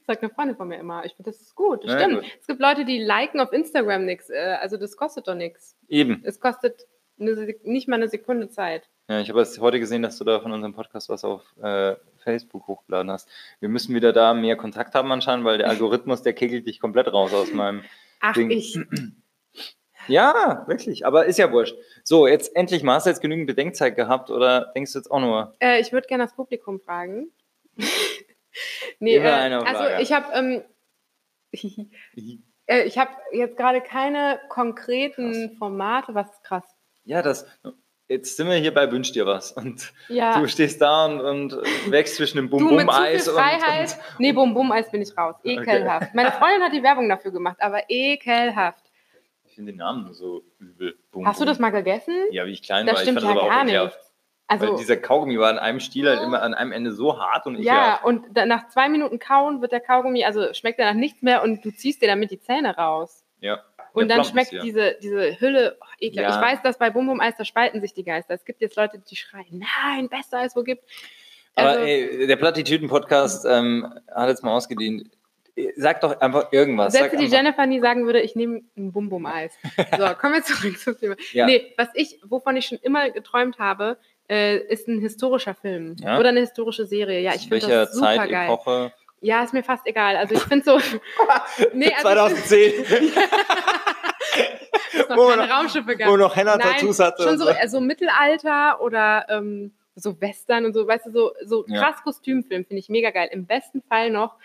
S2: sagt eine Freundin von mir immer. Ich finde, das ist gut, das
S1: Na ja,
S2: stimmt. Es gibt Leute, die liken auf Instagram nichts. Äh, also das kostet doch nichts.
S1: Eben.
S2: Es kostet eine, Sek- nicht mal eine Sekunde Zeit.
S1: Ja, ich habe erst heute gesehen, dass du da von unserem Podcast was auf äh, Facebook hochgeladen hast. Wir müssen wieder da mehr Kontakt haben anscheinend, weil der Algorithmus, der kegelt dich komplett raus aus meinem.
S2: Ach,
S1: Ding.
S2: ich.
S1: Ja, wirklich. Aber ist ja wurscht. So, jetzt endlich mal. Hast du jetzt genügend Bedenkzeit gehabt oder denkst du jetzt auch nur?
S2: Äh, ich würde gerne das Publikum fragen. nee,
S1: Immer
S2: äh,
S1: eine
S2: also
S1: Frage.
S2: ich habe ähm, äh, ich habe jetzt gerade keine konkreten Formate, was ist krass.
S1: Ja, das. Jetzt sind wir hier bei Wünsch dir was. Und
S2: Ja.
S1: du stehst da und, und wächst zwischen dem
S2: Du mit zu
S1: Bum-Bum-Eis
S2: viel
S1: und,
S2: Freiheit.
S1: und.
S2: Nee, Bum Bum Eis bin ich raus. Ekelhaft. Meine Freundin hat die Werbung dafür gemacht, aber ekelhaft.
S1: Ich finde den Namen so übel. Bum,
S2: Hast du
S1: Bum.
S2: das mal gegessen?
S1: Ja, wie ich klein
S2: Das
S1: war.
S2: stimmt
S1: ich fand
S2: ja
S1: das aber
S2: gar
S1: auch ekelhaft.
S2: nicht. Also
S1: Weil dieser Kaugummi war an einem Stiel halt immer an einem Ende so hart und
S2: ja,
S1: ekelhaft.
S2: und da, nach zwei Minuten kauen wird der Kaugummi, also schmeckt danach nichts mehr und du ziehst dir damit die Zähne raus.
S1: Ja.
S2: Und
S1: Der
S2: dann
S1: Plump ist
S2: schmeckt
S1: ja.
S2: diese, diese Hülle oh, ekelhaft.
S1: Ja.
S2: Ich weiß, dass bei Bum Bum Eis, da spalten sich die Geister. Es gibt jetzt Leute, die schreien, nein, beste Eis, wo gibt.
S1: Aber
S2: Also-
S1: ey, der Plattitüden-Podcast ähm, hat jetzt mal ausgedient. Sag doch einfach irgendwas. Sag
S2: Sätze, die
S1: einfach.
S2: Jennifer nie sagen würde, ich nehme ein Bum Bum Eis. So, kommen wir zurück zum Thema.
S1: Ja.
S2: Nee, was ich, wovon ich schon immer geträumt habe, äh, ist ein historischer Film
S1: Ja.
S2: oder eine historische Serie. Ja, ich
S1: Zu
S2: finde
S1: welcher
S2: das also super
S1: Zeit
S2: geil.
S1: Epoche?
S2: Ja, ist mir fast egal. Also ich finde so. nee, also
S1: 2010,
S2: ich find,
S1: wo
S2: noch keine
S1: noch-
S2: Raumschiffe gab.
S1: wo noch Henna
S2: Nein,
S1: Tattoos hatte.
S2: Schon
S1: und
S2: so
S1: so.
S2: also Mittelalter oder ähm, so Western und so, weißt du, so, so
S1: Ja.
S2: krass Kostümfilm finde ich mega geil. Im besten Fall noch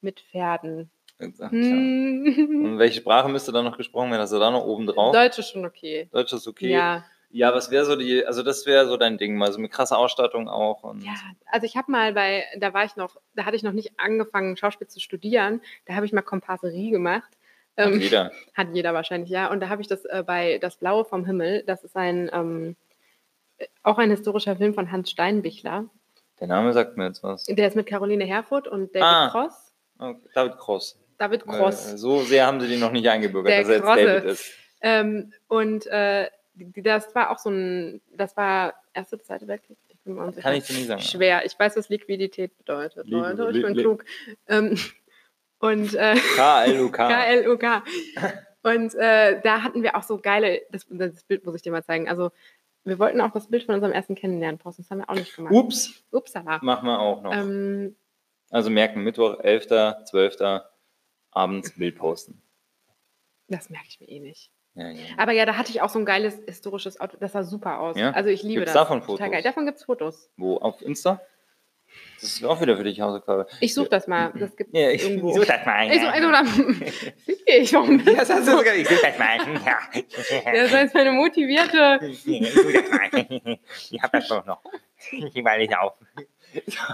S2: mit Pferden.
S1: Ach, tja.
S2: Hm.
S1: Und welche Sprache müsste da noch gesprochen werden? Hast du da noch oben drauf?
S2: Deutsch ist schon okay.
S1: Deutsch ist Oh. okay. Ja,
S2: Ja.
S1: was wäre so die, also das wäre so dein Ding, mal so eine krasse Ausstattung auch. Und
S2: Ja, also ich habe mal bei, da war ich noch, da hatte ich noch nicht angefangen, Schauspiel zu studieren. Da habe ich mal Komparserie gemacht.
S1: Hat
S2: Ähm,
S1: jeder.
S2: Hat jeder wahrscheinlich, ja. Und da habe ich das äh, bei Das Blaue vom Himmel. Das ist ein, ähm, äh, auch ein historischer Film von Hans Steinbichler.
S1: Der Name sagt mir jetzt was.
S2: Der ist mit Caroline Herfurth und David
S1: Ah.
S2: Cross.
S1: Oh, David Cross.
S2: David Cross.
S1: Weil, Äh, So sehr haben sie den noch nicht eingebürgert,
S2: Der
S1: dass er jetzt
S2: Krosse.
S1: David ist.
S2: Ähm, und äh, die- das war auch so ein, das war erste, zweite Weltkrieg. Ich bin mir unsicher.
S1: Kann ich dir nicht sagen.
S2: Schwer. Ich weiß, was Liquidität bedeutet,
S1: Li-
S2: Leute. Ich
S1: li-
S2: bin
S1: li-
S2: klug. Ähm, Und äh,
S1: K-L-U-K.
S2: K-L-O-K. Und äh, da hatten wir auch so geile, das, das Bild muss ich dir mal zeigen. Also, wir wollten auch das Bild von unserem ersten Kennenlernen posten. Das haben wir auch nicht gemacht.
S1: Ups,
S2: Upsala.
S1: machen wir auch noch.
S2: Ähm,
S1: Also merken, Mittwoch, 11., 12. abends Bild posten.
S2: das merke ich mir eh nicht.
S1: Ja, ja.
S2: Aber ja, da hatte ich auch so ein geiles historisches Auto. Das sah super aus.
S1: Ja?
S2: Also ich liebe
S1: Gibt's
S2: das.
S1: davon
S2: Total
S1: Fotos?
S2: Geil. Davon gibt es Fotos.
S1: Wo? Auf Insta? Das ist auch wieder für dich Hausaufgabe.
S2: Ich suche das mal. Das gibt
S1: Ja,
S2: ich, irgendwo.
S1: such das mal.
S2: ich such, also, dann, ich, warum
S1: Ja,
S2: nicht?
S1: das hast du sogar. Ich such das mal. Ja.
S2: Das war jetzt meine motivierte.
S1: Ich such das mal. Ich hab das doch noch. Ich war nicht auf.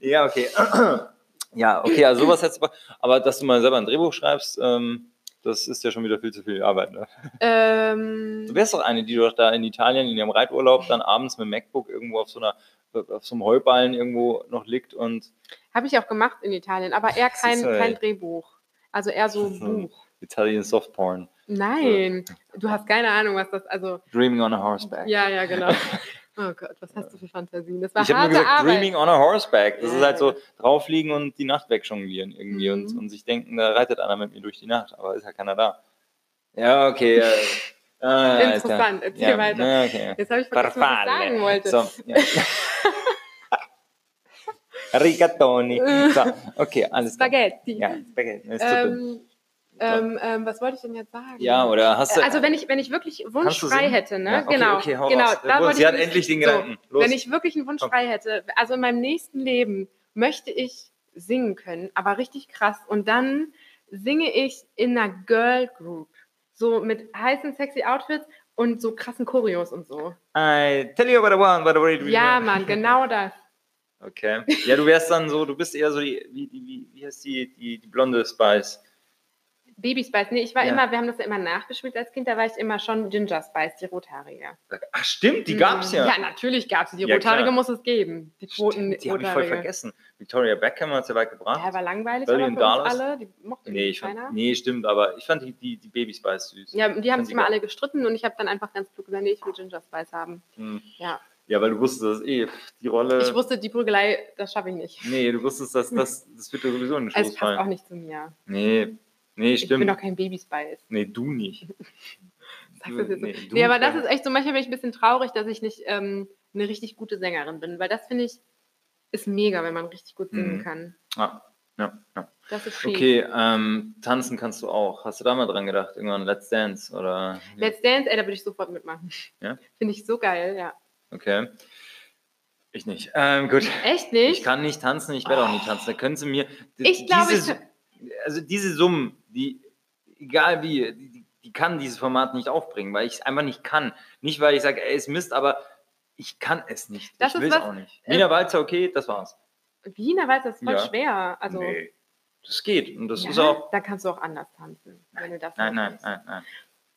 S1: Ja, okay. Ja, okay, also sowas hättest du. Aber dass du mal selber ein Drehbuch schreibst, ähm, das ist ja schon wieder viel zu viel Arbeit. Ne?
S2: Ähm,
S1: Du wärst doch eine, die doch da in Italien in ihrem Reiturlaub dann abends mit dem MacBook irgendwo auf so einer auf so einem Heuballen irgendwo noch liegt und
S2: Habe ich auch gemacht in Italien, aber eher
S1: Das
S2: kein,
S1: ist halt-
S2: kein Drehbuch. Also eher so
S1: Hm.
S2: Buch.
S1: Italian Softporn.
S2: Äh, Nein, du hast keine Ahnung, was das, also,
S1: Dreaming on a horseback.
S2: ja, ja, genau. Oh Gott, was hast du für Fantasien? Das war
S1: ich habe nur
S2: harte
S1: gesagt,
S2: Arbeit.
S1: Dreaming on a horseback. Das
S2: Ja,
S1: ist halt so
S2: ja.
S1: draufliegen und die Nacht wegjonglieren irgendwie
S2: Mhm.
S1: und, und sich denken, da reitet einer mit mir durch die Nacht, aber ist ja keiner da. Ja, okay. Äh, äh, alles klar.
S2: Interessant, erzähl
S1: ja,
S2: weiter.
S1: na, okay.
S2: Jetzt habe ich vergessen, was ich sagen
S1: Farfalle.
S2: wollte.
S1: So, ja. Rigatoni.
S2: Äh,
S1: So, okay, alles klar.
S2: Spaghetti.
S1: Ja, Spaghetti. Ist ähm,
S2: ähm, ähm, ähm, was wollte ich denn jetzt sagen?
S1: ja, oder hast du.
S2: also wenn ich, wenn ich wirklich Wunsch
S1: Kannst du
S2: frei
S1: singen?
S2: hätte, ne?
S1: Ja, okay,
S2: genau.
S1: okay, hau
S2: genau.
S1: raus.
S2: da
S1: Los,
S2: wollte
S1: sie
S2: ich
S1: hat
S2: nämlich-
S1: endlich den
S2: so,
S1: Gedanken. Los.
S2: Wenn ich wirklich einen Wunsch
S1: Komm.
S2: frei hätte, also in meinem nächsten Leben möchte ich singen können, aber richtig krass. Und dann singe ich in einer Girl Group. So mit heißen, sexy Outfits und so krassen Choreos und so.
S1: I tell you about the one, but I already
S2: Ja, Mann, genau das.
S1: Okay. Ja, du wärst dann so, du bist eher so die, wie, die, wie, wie heißt die, die, die blonde Spice?
S2: Baby Spice. Nee, ich war
S1: Ja.
S2: immer, wir haben das ja immer nachgespielt als Kind, da war ich immer schon Ginger Spice, die Rothaarige.
S1: Ach, stimmt, die gab's ja.
S2: Mhm. Ja, natürlich gab's sie. Die
S1: Ja,
S2: Rothaarige
S1: klar.
S2: muss es geben. Die Quoten
S1: Stimmt, die habe ich voll
S2: Rothaarige.
S1: vergessen. Victoria Beckham hat's ja weit gebracht.
S2: Ja, war langweilig,
S1: Berlin
S2: aber für uns
S1: Dallas.
S2: alle, die mochten
S1: nee, ich fand, nee, stimmt, aber ich fand die, die, die Baby Spice süß.
S2: Ja, die haben
S1: Fand die
S2: sich immer
S1: geil.
S2: alle gestritten und ich habe dann einfach ganz klug gesagt, nee, ich will Ginger Spice haben.
S1: Hm.
S2: Ja.
S1: Ja, weil du wusstest, dass eh die Rolle.
S2: Ich wusste, die Prügelei, das schaffe ich nicht.
S1: Nee, du wusstest, dass das, das wird dir sowieso in den
S2: Also
S1: Schoß
S2: es passt auch
S1: fallen.
S2: nicht zu mir.
S1: Nee, nee,
S2: Ich bin
S1: stimmt.
S2: doch kein Baby Spice.
S1: Nee, du nicht.
S2: Sag das jetzt so.
S1: Nee,
S2: nee,
S1: du
S2: aber das
S1: nicht.
S2: ist echt so, manchmal bin ich ein bisschen traurig, dass ich nicht ähm, eine richtig gute Sängerin bin, weil das finde ich ist mega, wenn man richtig gut singen
S1: Mhm.
S2: kann.
S1: Ah, ja, ja.
S2: Das ist schick.
S1: Okay, ähm, tanzen kannst du auch. Hast du da mal dran gedacht? Irgendwann Let's Dance oder.
S2: Let's Dance, ey, da würde ich sofort mitmachen.
S1: Ja?
S2: Finde ich so geil, ja.
S1: Okay. Ich nicht. Ähm, gut.
S2: Echt
S1: Ich
S2: nicht?
S1: kann nicht tanzen, ich werde auch nicht tanzen. Da können sie mir. d-
S2: Ich glaube,
S1: diese-
S2: ich
S1: Also diese Summen, die, egal wie, die, die- die kann dieses Format nicht aufbringen, weil ich es einfach nicht kann. Nicht, weil ich sage, ey, ist Mist, aber ich kann es nicht.
S2: Das
S1: ich
S2: ist
S1: will es
S2: was-
S1: auch nicht.
S2: äh,
S1: Mina Walzer, okay, das war's.
S2: Wiener weiß das ist voll
S1: Ja.
S2: schwer. Also,
S1: nee. Das geht. Und das
S2: ja,
S1: ist auch.
S2: da kannst du auch anders tanzen, wenn du das
S1: Nein, nein,
S2: möchtest.
S1: nein, nein.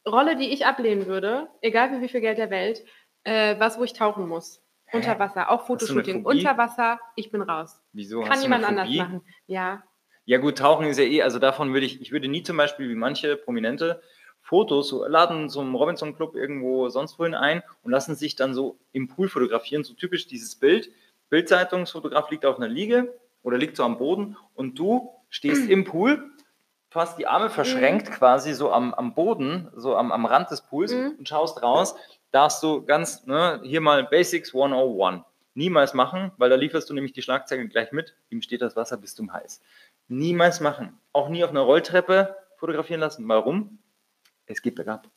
S2: Rolle, die ich ablehnen würde, egal für wie viel Geld der Welt, äh, was, wo ich tauchen muss.
S1: Hä?
S2: Unter Wasser, auch
S1: Hast du eine
S2: Fotoshooting.
S1: Phobie?
S2: Unter Wasser, ich bin raus.
S1: Wieso?
S2: Kann
S1: hast du eine
S2: jemand anders
S1: Phobie?
S2: machen. Ja.
S1: Ja gut, tauchen ist ja eh, also davon würde ich, ich würde nie zum Beispiel wie manche Prominente Fotos, so, laden zum Robinson Club irgendwo sonst wohin ein und lassen sich dann so im Pool fotografieren, so typisch dieses Bild. Bildzeitungsfotograf liegt auf einer Liege oder liegt so am Boden und du stehst im Pool, du hast die Arme verschränkt quasi so am, am Boden, so am, am Rand des Pools
S2: Mhm.
S1: und schaust raus, darfst du ganz, ne, hier mal Basics 101. Niemals machen, weil da lieferst du nämlich die Schlagzeile gleich mit. Ihm steht das Wasser bis zum Hals. Niemals machen. Auch nie auf einer Rolltreppe fotografieren lassen. Warum? Es geht bergab.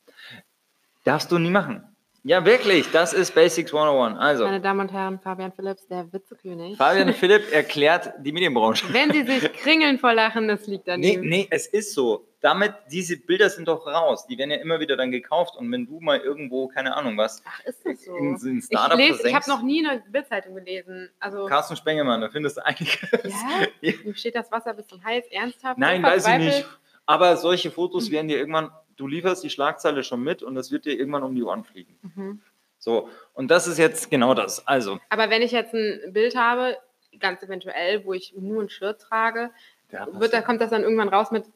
S1: Darfst du nie machen. Ja, wirklich. Das ist Basics 101. Also,
S2: Meine Damen und Herren, Fabian Phillips, der Witzekönig.
S1: Fabian Philipp erklärt die Medienbranche.
S2: Wenn sie sich kringeln vor Lachen, das liegt an
S1: Nee,
S2: ihm.
S1: nee, es ist so. Damit, diese Bilder sind doch raus. Die werden ja immer wieder dann gekauft. Und wenn du mal irgendwo, keine Ahnung was,
S2: Ach, ist das so?
S1: in, in
S2: Ich,
S1: Startup
S2: lese- ich
S1: versenkst,
S2: habe noch nie eine Bildzeitung gelesen. Also,
S1: Carsten Spengemann, da findest du einiges.
S2: ja? Ihm steht das Wasser bis zum Hals, ernsthaft?
S1: Nein,
S2: So
S1: weiß ich
S2: verzweifelt? Hm.
S1: nicht. Aber solche Fotos werden dir irgendwann, du lieferst die Schlagzeile schon mit und das wird dir irgendwann um die Ohren fliegen.
S2: Mhm.
S1: So, und das ist jetzt genau das. Also,
S2: Aber wenn ich jetzt ein Bild habe, ganz eventuell, wo ich nur ein Shirt trage,
S1: da passt-
S2: wird, da kommt das dann irgendwann raus mit,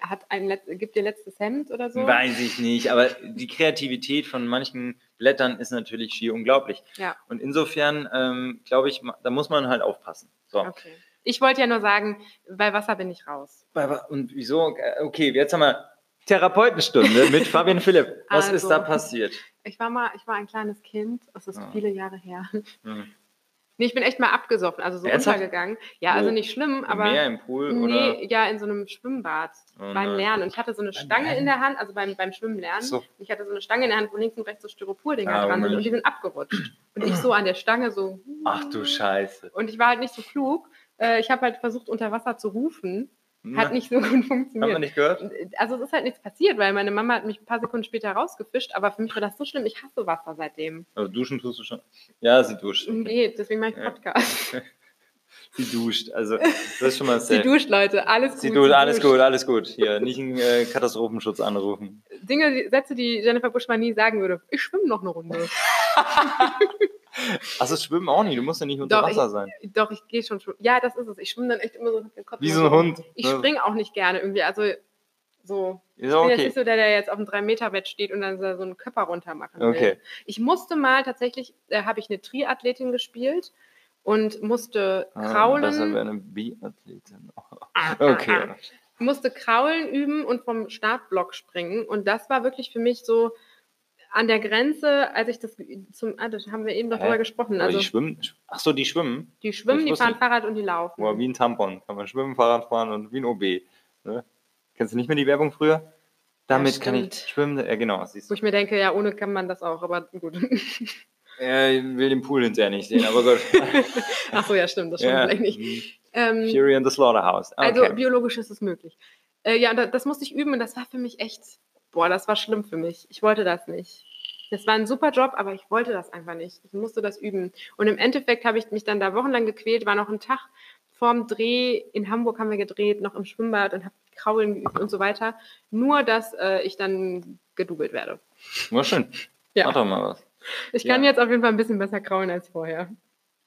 S2: hat ein Let gibt dir letztes Hemd oder so?
S1: weiß ich nicht. Aber die Kreativität von manchen Blättern ist natürlich schier unglaublich.
S2: Ja.
S1: Und insofern ähm, glaube ich, ma- da muss man halt aufpassen. So.
S2: Okay. Ich wollte ja nur sagen, bei Wasser bin ich raus.
S1: Aber- Und wieso? Äh, Okay, jetzt haben wir Therapeutenstunde mit Fabian Philipp. Was ist
S2: Also.
S1: da passiert?
S2: Ich war mal, ich war ein kleines Kind, es ist
S1: Ah.
S2: viele Jahre her.
S1: Hm.
S2: Nee, ich bin echt mal abgesoffen, also so
S1: Ernsthaft?
S2: untergegangen. Ja, also
S1: Wo?
S2: nicht schlimm,
S1: Im
S2: aber.
S1: Meer, im Pool oder?
S2: Nee, ja, in so einem Schwimmbad
S1: Oh
S2: beim
S1: nein.
S2: Lernen. Und ich hatte so eine
S1: Beim
S2: Stange in
S1: Lernen?
S2: der Hand, also beim, beim Schwimmen lernen.
S1: So.
S2: Ich hatte so eine Stange in der Hand, wo links und rechts so Styropordinger
S1: Ah,
S2: dran sind und
S1: womöglich.
S2: die sind abgerutscht. Und ich so an der Stange so.
S1: Ach du Scheiße.
S2: Und ich war halt nicht so klug. Äh, Ich habe halt versucht, unter Wasser zu rufen. Hat nicht so gut
S1: Na, Hat man
S2: funktioniert.
S1: Hm. nicht gehört?
S2: Also es ist halt nichts passiert, weil meine Mama hat mich ein paar Sekunden später rausgefischt, aber für mich war das so schlimm, ich hasse Wasser seitdem.
S1: Also duschen tust du schon. Ja, sie duscht.
S2: Nee, deswegen mache ich
S1: Ja.
S2: Podcast.
S1: Sie duscht. Also, das ist schon mal
S2: Sie
S1: safe.
S2: duscht, Leute, alles
S1: Sie
S2: gut.
S1: duscht,
S2: sie
S1: alles
S2: duscht.
S1: gut, alles gut. Hier, nicht einen äh, Katastrophenschutz anrufen.
S2: Dinge, die- Sätze, die Jennifer Buschmann nie sagen würde. Ich schwimme noch eine Runde.
S1: Achso, schwimmen auch nicht. Du musst ja nicht unter
S2: Doch,
S1: Wasser sein.
S2: Doch, ich gehe schon schwimmen. Ja, das ist es. Ich schwimme dann echt immer so mit dem Kopf.
S1: Wie
S2: nach
S1: so ein
S2: oben.
S1: Hund.
S2: Ich
S1: ne?
S2: springe auch nicht gerne irgendwie. Also so.
S1: Ist
S2: Ich
S1: auch
S2: bin jetzt
S1: okay.
S2: nicht so der, der jetzt auf dem 3-Meter-Bett steht und dann so so einen Körper runter machen will.
S1: Okay.
S2: Ich musste mal tatsächlich, äh, habe ich eine Triathletin gespielt und musste
S1: Ah, besser
S2: kraulen, Ah,
S1: wäre eine Biathletin. Okay.
S2: musste kraulen üben und vom Startblock springen. Und das war wirklich für mich so an der Grenze, als ich das zum, ah, das haben wir eben noch
S1: Hä?
S2: drüber gesprochen.
S1: Aber
S2: Also
S1: die schwimmen. Achso, die schwimmen.
S2: die schwimmen,
S1: ich
S2: die
S1: wusste
S2: fahren
S1: nicht.
S2: Fahrrad und die laufen.
S1: Boah, wie ein Tampon. Kann man schwimmen, Fahrrad fahren und wie ein OB. Ne? Kennst du nicht mehr die Werbung früher? Damit kann ich
S2: stimmt.
S1: schwimmen. Ja, genau. Siehst du.
S2: Wo ich mir denke, ja, ohne kann man das auch, aber gut.
S1: Äh, ich will den Pool hinterher nicht sehen, aber gut.
S2: Achso, ja, stimmt, das stimmt
S1: Ja.
S2: vielleicht nicht. Ähm,
S1: Fury and the Slaughterhouse. Ah,
S2: also
S1: Okay.
S2: biologisch ist es möglich. Äh, ja, und da- das musste ich üben und das war für mich echt, boah, das war schlimm für mich. Ich wollte das nicht. Das war ein super Job, aber ich wollte das einfach nicht. Ich musste das üben. Und im Endeffekt habe ich mich dann da wochenlang gequält, war noch ein Tag vorm Dreh, in Hamburg haben wir gedreht, noch im Schwimmbad und habe Kraulen geübt und so weiter. Nur, dass äh, ich dann gedoubelt werde.
S1: War schön.
S2: Ja.
S1: Mach doch mal was.
S2: Ich kann
S1: Ja.
S2: jetzt auf jeden Fall ein bisschen besser kraulen als vorher.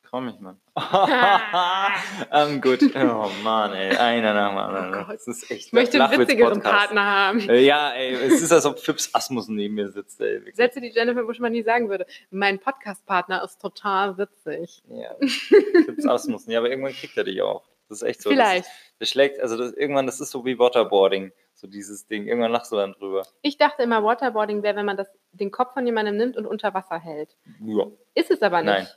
S1: Trau mich, Mann. ähm, gut. Oh Mann, ey. Einer nach dem anderen.
S2: Oh Gott.
S1: das ist echt
S2: Ich möchte einen
S1: Flachwitz-
S2: witzigeren
S1: Podcast.
S2: Partner haben.
S1: Äh, Ja, ey, es ist, als ob Fips Asmussen neben mir sitzt, ey. wirklich.
S2: Sätze, die Jennifer Buschmann nie sagen würde. Mein Podcast-Partner ist total witzig.
S1: Ja. Fips Asmussen. Ja, aber irgendwann kriegt er dich auch. Das ist echt so.
S2: Vielleicht.
S1: Das, das schlägt, also das, irgendwann, das ist so wie Waterboarding. So dieses Ding. Irgendwann lachst du dann drüber.
S2: Ich dachte immer, Waterboarding wäre, wenn man das, den Kopf von jemandem nimmt und unter Wasser hält.
S1: Ja.
S2: Ist es aber nicht.
S1: Nein.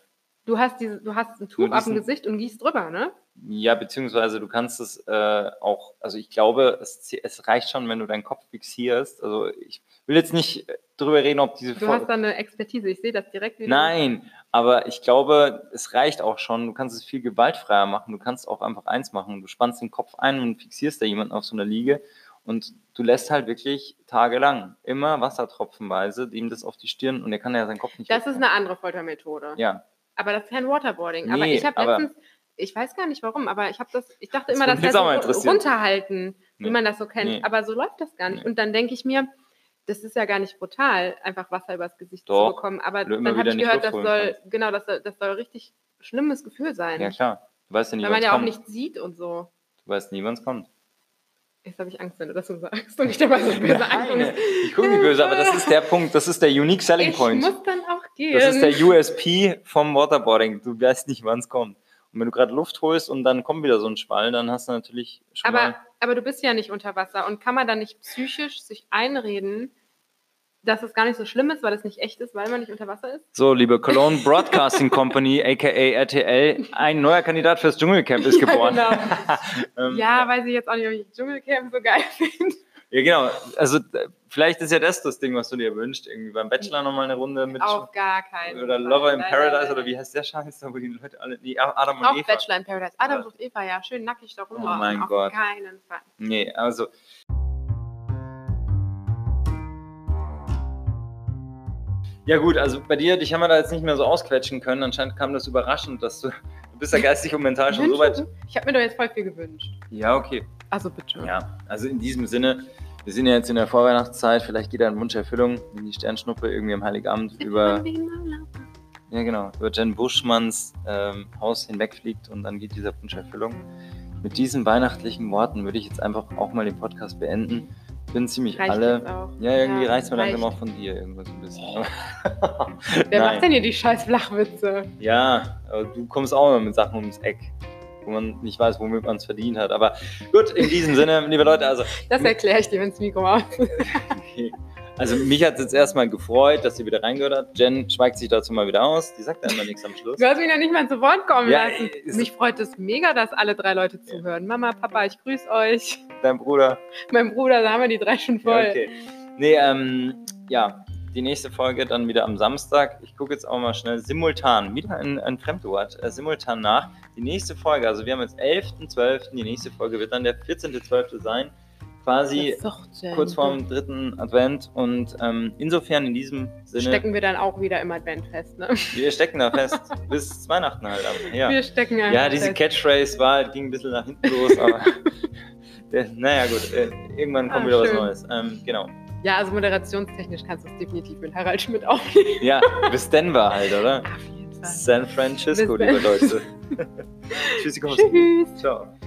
S2: Du hast, diese, du hast ein Tuch
S1: Nur
S2: auf dem
S1: diesen-
S2: Gesicht und gießt drüber, ne?
S1: Ja, beziehungsweise du kannst es äh, auch, also ich glaube, es, zäh- es reicht schon, wenn du deinen Kopf fixierst. Also ich will jetzt nicht äh, drüber reden, ob diese
S2: Du
S1: Vor-
S2: hast da eine Expertise. Ich sehe das direkt. wie du-
S1: Nein, aber ich glaube, es reicht auch schon. Du kannst es viel gewaltfreier machen. Du kannst auch einfach eins machen. Du spannst den Kopf ein und fixierst da jemanden auf so einer Liege und du lässt halt wirklich tagelang immer wassertropfenweise ihm das auf die Stirn und er kann ja seinen Kopf nicht.
S2: Das ist
S1: wegmachen.
S2: eine andere Foltermethode.
S1: ja,
S2: Aber das ist kein Waterboarding. aber
S1: Nee,
S2: ich habe
S1: aber-
S2: letztens, ich weiß gar nicht warum, aber ich habe das, ich dachte
S1: Das
S2: immer,
S1: würde
S2: das
S1: mich
S2: wäre
S1: jetzt auch mal
S2: so ru-
S1: interessieren.
S2: runterhalten, wie
S1: Nee.
S2: man das so kennt.
S1: Nee.
S2: Aber so läuft das gar nicht.
S1: Nee.
S2: Und dann denke ich mir, das ist ja gar nicht brutal, einfach Wasser übers Gesicht
S1: Doch,
S2: zu bekommen. Aber
S1: du
S2: dann
S1: immer
S2: habe
S1: wieder
S2: ich
S1: nicht
S2: gehört, das
S1: Luft holen
S2: soll, genau, das soll, das soll richtig schlimmes Gefühl sein.
S1: ja klar. Du weißt ja nie,
S2: weil
S1: wann
S2: man
S1: es
S2: ja auch
S1: kommt.
S2: nicht sieht und so.
S1: Du weißt nie, wann es kommt.
S2: Jetzt habe ich Angst, wenn du das so sagst und ich dabei so böse
S1: Nein,
S2: anguckst.
S1: ich gucke mich böse, aber das ist der Punkt, das ist der Unique Selling
S2: Ich
S1: Point.
S2: muss dann auch gehen.
S1: Das ist der USP vom Waterboarding. Du weißt nicht, wann es kommt. Und wenn du gerade Luft holst und dann kommt wieder so ein Schwall, dann hast du natürlich schon
S2: Aber,
S1: mal.
S2: aber du bist ja nicht unter Wasser und kann man dann nicht psychisch sich einreden, dass es gar nicht so schlimm ist, weil es nicht echt ist, weil man nicht unter Wasser ist?
S1: So, liebe Cologne Broadcasting Company, aka RTL, ein neuer Kandidat fürs Dschungelcamp ist geboren.
S2: Ja, genau.
S1: Ähm,
S2: ja, weiß ich jetzt auch nicht, ob ich Dschungelcamp so geil finde.
S1: ja, genau. Also, äh, vielleicht ist ja das das Ding, was du dir wünschst. Irgendwie beim Bachelor nochmal eine Runde mit.
S2: Auf gar keinen
S1: oder
S2: Fall.
S1: Lover in
S2: Nein,
S1: Paradise,
S2: nein,
S1: oder wie
S2: nein.
S1: heißt der Scheiß, da wo die Leute alle. Nee, Adam und
S2: Auch
S1: Eva.
S2: Bachelor in Paradise. Adam
S1: Ja.
S2: sucht Eva, ja, schön nackig da rum.
S1: Oh mein
S2: Auf
S1: Gott.
S2: keinen Fall.
S1: Nee, also. Ja gut, also bei dir, dich haben wir da jetzt nicht mehr so ausquetschen können. Anscheinend kam das überraschend, dass du, du bist ja geistig und mental schon so weit.
S2: Wünschen? Ich habe mir doch jetzt voll viel gewünscht.
S1: Ja, okay.
S2: Also bitte.
S1: Ja, also in diesem Sinne, wir sind ja jetzt in der Vorweihnachtszeit, vielleicht geht da ein Wunsch Erfüllung, wenn die Sternschnuppe irgendwie am Heiligabend über, ja genau, über Jen Buschmanns ähm, Haus hinwegfliegt und dann geht dieser Wunsch Erfüllung. Mit diesen weihnachtlichen Worten würde ich jetzt einfach auch mal den Podcast beenden. Ich bin ziemlich
S2: Reicht
S1: alle.
S2: jetzt auch.
S1: Ja, irgendwie reißt mir langsam
S2: reicht.
S1: auch von dir irgendwas ein bisschen.
S2: Wer
S1: Nein.
S2: macht denn hier die scheiß Flachwitze?
S1: Ja, aber du kommst auch immer mit Sachen ums Eck. wo man nicht weiß, womit man es verdient hat. Aber gut, in diesem Sinne, liebe Leute, also
S2: Das erkläre ich dir, wenn es Mikro aus.
S1: Also mich hat es jetzt erstmal gefreut, dass ihr wieder reingehört habt. Jen schweigt sich dazu mal wieder aus. Die sagt dann immer nichts am Schluss.
S2: Du hast mich noch nicht mal zu Wort kommen
S1: Ja, äh,
S2: lassen.
S1: ist-
S2: Mich freut es mega, dass alle drei Leute zuhören. Mama, Papa, ich grüße euch.
S1: Dein Bruder.
S2: Mein Bruder, da haben wir die drei schon voll.
S1: Ja, okay. Nee, ähm, ja, die nächste Folge dann wieder am Samstag. Ich gucke jetzt auch mal schnell simultan, wieder ein, ein Fremdwort, äh, simultan nach. Die nächste Folge, also wir haben jetzt 11.12., die nächste Folge wird dann der 14.12. sein. Quasi kurz vorm dritten Advent. Und ähm, insofern in diesem Sinne,
S2: Stecken wir dann auch wieder im Advent fest, ne?
S1: wir stecken da fest bis Weihnachten halt. Aber, ja.
S2: Wir stecken einfach
S1: Ja, diese
S2: fest.
S1: Catchphrase war, ging ein bisschen nach hinten los, aber der, naja gut, äh, irgendwann kommt
S2: Ah,
S1: wieder
S2: schön.
S1: was Neues. Ähm, genau.
S2: Ja, also moderationstechnisch kannst du es definitiv mit Harald Schmidt aufnehmen.
S1: Ja, bis Denver halt, oder?
S2: Auf jeden Fall.
S1: San Francisco,
S2: Bis
S1: liebe Leute. Tschüssikowski.
S2: Tschüss.
S1: Ciao.